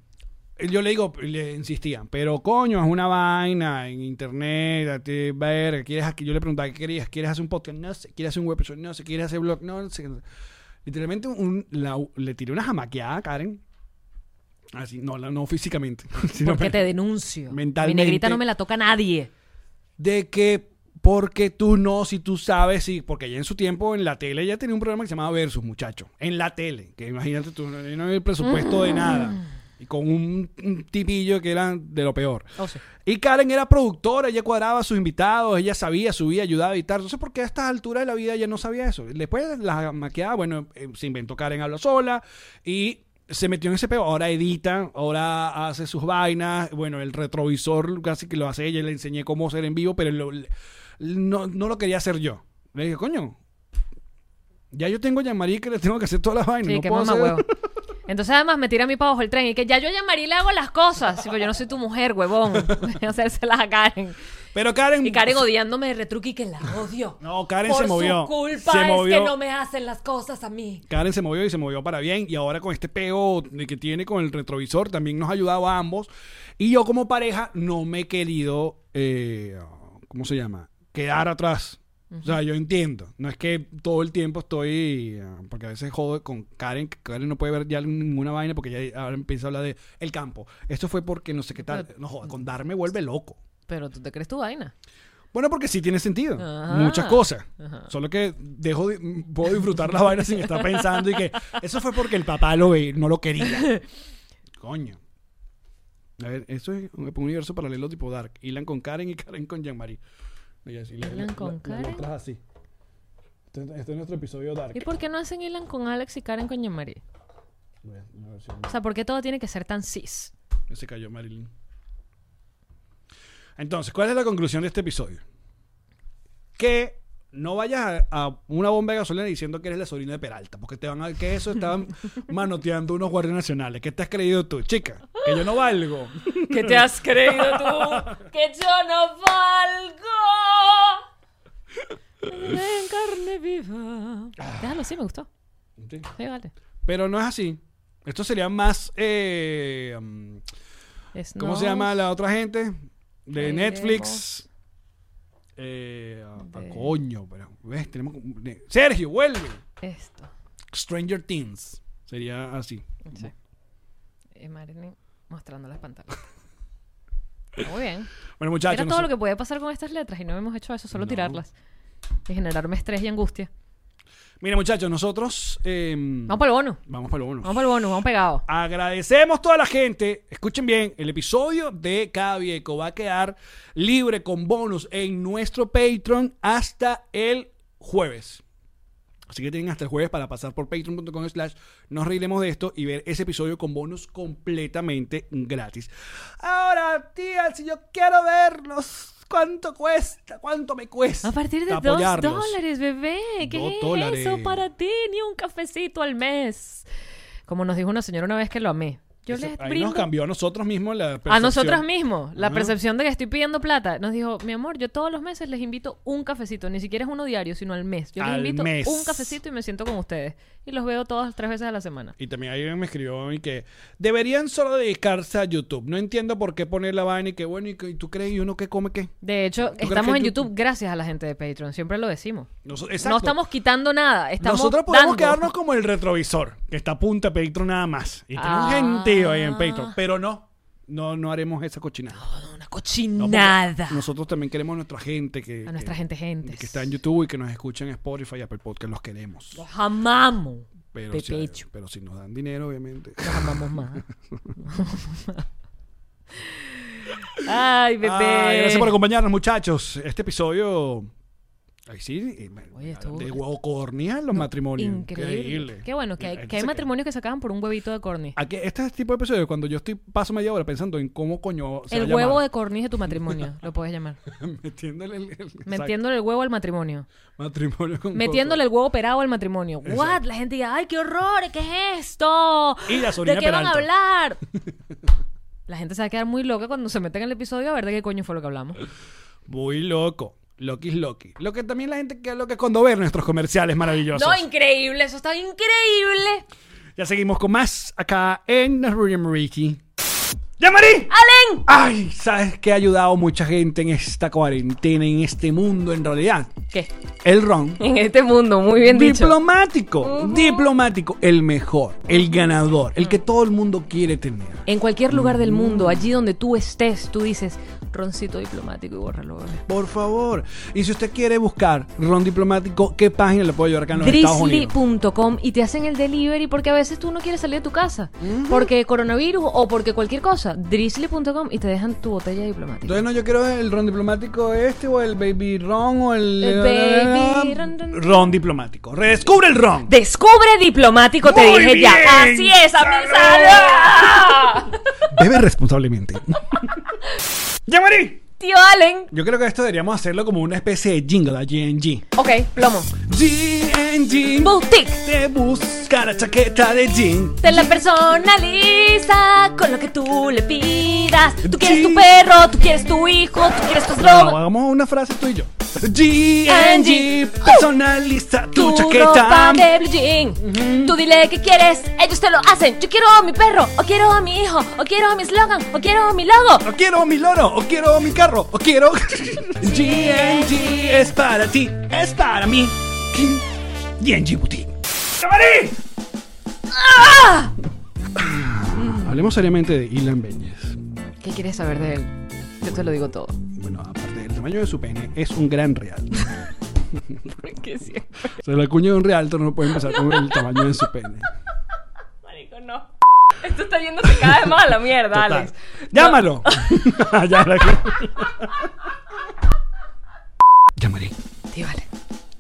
yo le digo, le insistía, pero coño, es una vaina en internet, a ti, ver, ¿quieres aquí? Yo le preguntaba, ¿qué querías? ¿Quieres hacer un podcast? No sé, ¿quieres hacer un web episode? No sé, ¿quieres hacer blog? No sé. Literalmente un- la- le tiré una jamaqueada a Karen. Así, no, la- no físicamente. sino
Porque
me-
te denuncio.
mentalmente.
Mi negrita no me la toca nadie.
de que porque tú no, si tú sabes, sí, porque ya en su tiempo en la tele ya tenía un programa que se llamaba Versus, muchacho, en la tele, que imagínate tú, no no había presupuesto de nada, y con un, un tipillo que era de lo peor.
Oh, sí.
Y Karen era productora, ella cuadraba a sus invitados, ella sabía, subía, ayudaba a editar. Entonces, ¿por qué a estas alturas de la vida ella no sabía eso? Después la maquiada, bueno, eh, se inventó Karen Habla Sola y se metió en ese peo. Ahora edita, ahora hace sus vainas. Bueno, el retrovisor casi que lo hace ella, le enseñé cómo hacer en vivo, pero lo- le- no, no lo quería hacer yo. Le dije, coño, ya yo tengo a Jean-Marie que le tengo que hacer todas las vainas.
Sí,
no
qué
puedo
mamá
hacer-
huevo. Entonces además me tira a mí para abajo el tren y que ya yo llamaré y le hago las cosas. Sí, pero yo no soy tu mujer, huevón. Voy a hacérselas a Karen.
Pero Karen...
Y Karen odiándome de retruque y que la odio.
No, Karen
Por
se movió.
Su culpa
Se
es
movió.
que no me hacen las cosas a mí.
Karen se movió y se movió para bien. Y ahora con este peo de que tiene con el retrovisor también nos ha ayudado a ambos. Y yo como pareja no me he querido, eh, ¿cómo se llama? Quedar atrás. O sea, yo entiendo. No es que todo el tiempo estoy. eh, Porque a veces jode con Karen. que Karen no puede ver ya ninguna vaina porque ya ahora empieza a hablar de el campo. Esto fue porque no sé qué tal. No joda, con darme vuelve loco.
Pero tú te crees tu vaina.
Bueno, porque sí tiene sentido.
Ajá.
Muchas cosas. Solo que dejo de- m- puedo disfrutar la vaina sin estar pensando y que eso fue porque el papá lo ve- no lo quería. Coño. A ver, eso es un, un universo paralelo tipo Dark. Ilan con Karen y Karen con Jean-Marie. Y así, la-
Ilan
la-
con
la-
Karen.
las letras así. Este, este es nuestro episodio Dark.
¿Y por qué no hacen Ilan con Alex y Karen con Yamari?
Bueno, una versión-
O sea, ¿por qué todo tiene que ser tan cis?
Se cayó Marilyn. Entonces, ¿cuál es la conclusión de este episodio? Que no vayas a, a una bomba de gasolina diciendo que eres la sobrina de Peralta, porque te van a que eso estaban manoteando unos guardias nacionales. ¿Qué te has creído tú, chica? Que yo no valgo.
¿Qué te has creído tú? ¡Que yo no valgo! En carne viva. Déjalo, sí, me gustó.
Sí.
Sí, vale.
Pero no es así. Esto sería más. eh, mm,
Es
¿Cómo
no-
se llama la otra gente? De
Ahí
Netflix. Eh, ah, ah,
De-
Coño, pero. ¿ves? Tenemos, de- Sergio, vuelve.
Esto.
Stranger Things. Sería así.
Sí. Y Eh, Marilyn mostrando las pantallas. Está Muy bien.
Bueno,
Era
muchachos.
todo
noso-
lo que puede pasar con estas letras y no hemos hecho eso, solo
No.
tirarlas. Y generarme estrés y angustia.
Mira, muchachos, nosotros. em,
Vamos para el bono.
vamos para lo bueno.
Vamos para el bono, vamos pegado.
Agradecemos toda la gente. Escuchen bien, el episodio de Cada Vieco va a quedar libre con bonus en nuestro Patreon hasta el jueves. Así que tienen hasta el jueves para pasar por patreon.com slash nos reiremos de esto y ver ese episodio con bonus completamente gratis. Ahora, tía, si yo quiero verlos, ¿cuánto cuesta? ¿Cuánto me cuesta?
A partir de dos
apoyarlos?
dólares, bebé. ¿Qué
Dos
es
dólares.
eso para ti? Ni un cafecito al mes. Como nos dijo una señora una vez que lo amé. Yo
Eso-
les
ahí
brindo
nos cambió a nosotros mismos la
a
percepción.
nosotros mismos la
Ajá.
percepción de que estoy pidiendo plata. Nos dijo, mi amor, yo todos los meses les invito un cafecito. Ni siquiera es uno diario, sino al mes. Yo
Al
les invito
mes.
un cafecito y me siento con ustedes. Y los veo todas tres veces a la semana.
Y también alguien me escribió a mí que deberían solo dedicarse a YouTube. No entiendo por qué poner la vaina y que bueno, y, que- y tú crees y uno que come qué.
De hecho,
crees
estamos
que
en
YouTube-
YouTube gracias a la gente de Patreon. Siempre lo decimos.
Nos-
No
exacto.
estamos quitando nada. Estamos
Nosotros podemos
dando.
quedarnos como el retrovisor, que está a punta de Patreon nada más. Y tenemos
Ah.
gentío ahí en Patreon. Pero no, no, no haremos esa cochinada.
Una
No, porque
cochinada.
Nosotros también queremos a nuestra gente que.
a nuestra
que-
gente, gente.
Que está en YouTube y que nos escucha en Spotify y Apple Podcast, los queremos.
Los amamos.
Pero,
de
si,
pecho.
pero si nos dan dinero, obviamente.
Los amamos más. Ay, bebé.
Ay, gracias por acompañarnos, muchachos. Este episodio. Ay, sí. eh,
Oye, estuvo-
de huevo corneal los matrimonios.
Increíble. Qué bueno, que
La
hay,
gente
que hay
se
matrimonios que se acaban por un huevito de corny.
Aquí, este tipo de episodios, cuando yo estoy paso media hora pensando en cómo coño. Se
El
va a
huevo de
llamar.
corny de tu matrimonio, lo puedes llamar.
Metiéndole el. el- exacto.
Metiéndole el huevo al matrimonio.
Matrimonio con
Metiéndole el
coco.
huevo operado al matrimonio. What? La gente diga, ay, qué horror, ¿qué es esto?
Y la
¿De
sobrina
qué van
Peralta.
a hablar? La gente se va a quedar muy loca cuando se meten en el episodio a ver de qué coño fue lo que hablamos.
Muy loco. Loki es Loki. Lo que también la gente queda loca es cuando ve nuestros comerciales maravillosos.
No, increíble, eso está increíble.
ya seguimos con más acá en Ricky. ¡Yamari!
¡Alen!
Ay, ¿sabes qué ha ayudado mucha gente en esta cuarentena, en este mundo en realidad?
¿Qué?
El ron.
En este mundo, muy bien dicho.
Diplomático, diplomático, el mejor, el ganador, el que todo el mundo quiere tener.
En cualquier lugar del mundo, allí donde tú estés, tú dices, roncito diplomático y bórralo. bebé".
Por favor. Y si usted quiere buscar ron diplomático, ¿qué página le puedo ayudar acá en los Estados Unidos?
Drizzly.com y te hacen el delivery porque a veces tú no quieres salir de tu casa. Porque coronavirus o porque cualquier cosa. Drizzly.com y te dejan tu botella diplomática.
Entonces no, yo quiero el ron diplomático este o el baby ron o el... eh,
El baby ron, ron.
diplomático. Redescubre el ron.
Descubre diplomático, te
Muy
dije ya.
bien,
Así es,
salud.
amizada.
Bebe responsablemente. ¡Yamari!
Tío Allen.
Yo creo que esto deberíamos hacerlo como una especie de jingle a GNG.
Ok, plomo.
GNG.
Boutique.
Te busca la chaqueta de jean.
Te la personaliza con lo que tú le pidas. Tú quieres tu perro, tú quieres tu hijo, tú quieres tus
No,
lobos.
hagamos una frase tú y yo. GNG, Uh. personaliza tu,
Tu
chaqueta.
ropa de blue jean. Tú dile qué quieres, ellos te lo hacen. Yo quiero a mi perro, o quiero a mi hijo, o quiero a mi slogan, o quiero a mi logo.
O quiero mi loro, o quiero mi carro, o quiero. GNG es para ti, es para mí. GNG Boutique. ¡Camarí!
¡Ah!
Hablemos seriamente de Ilan Beñez.
¿Qué quieres saber de él? Yo te lo digo todo.
Bueno, aparte del tamaño de su pene, es un gran real.
¿Qué sí?
O sea, la cuña de un realtor no puede empezar con el tamaño de su pene.
Marico, no. Esto está yéndose cada vez más a la mierda,
Total.
Alex.
¡Llámalo! Ya la- Llamaré.
Tío Alex,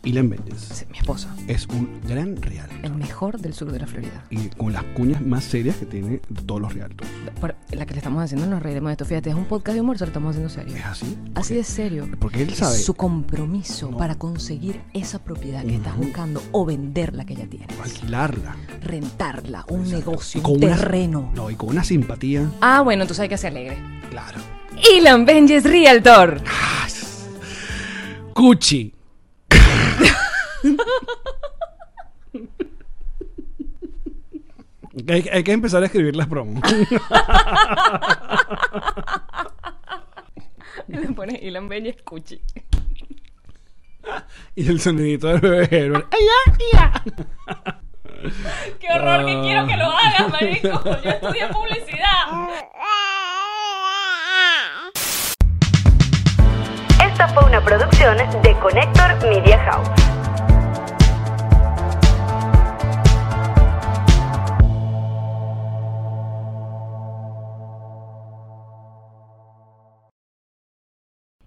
Ilan Beñez
sí, mi esposo,
es un gran real.
el mejor del sur de la Florida.
y con las cuñas más serias que tiene todos los realtors.
Por- la que le estamos haciendo nos reiremos de esto. Fíjate, es un podcast de humor, se lo estamos haciendo
¿Es
serio.
así?
Así de serio.
Porque él
Es
sabe-
Su compromiso
No.
para conseguir esa propiedad que estás buscando o vender la que ya tienes.
Alquilarla.
Rentarla, un negocio,
Con
un
una-
terreno.
No, y con una simpatía.
Ah, bueno, entonces hay que ser alegre.
Claro.
Ilan Benjes Realtor.
Cuchi. hay, hay que empezar a escribir las promos.
Le pones Ilan Benjes Cuchi.
y el sonidito del bebé Herbert. ¡Ay,
Qué horror que quiero que lo hagas, marico. Yo estudié publicidad.
Esta fue una producción de Connector Media House.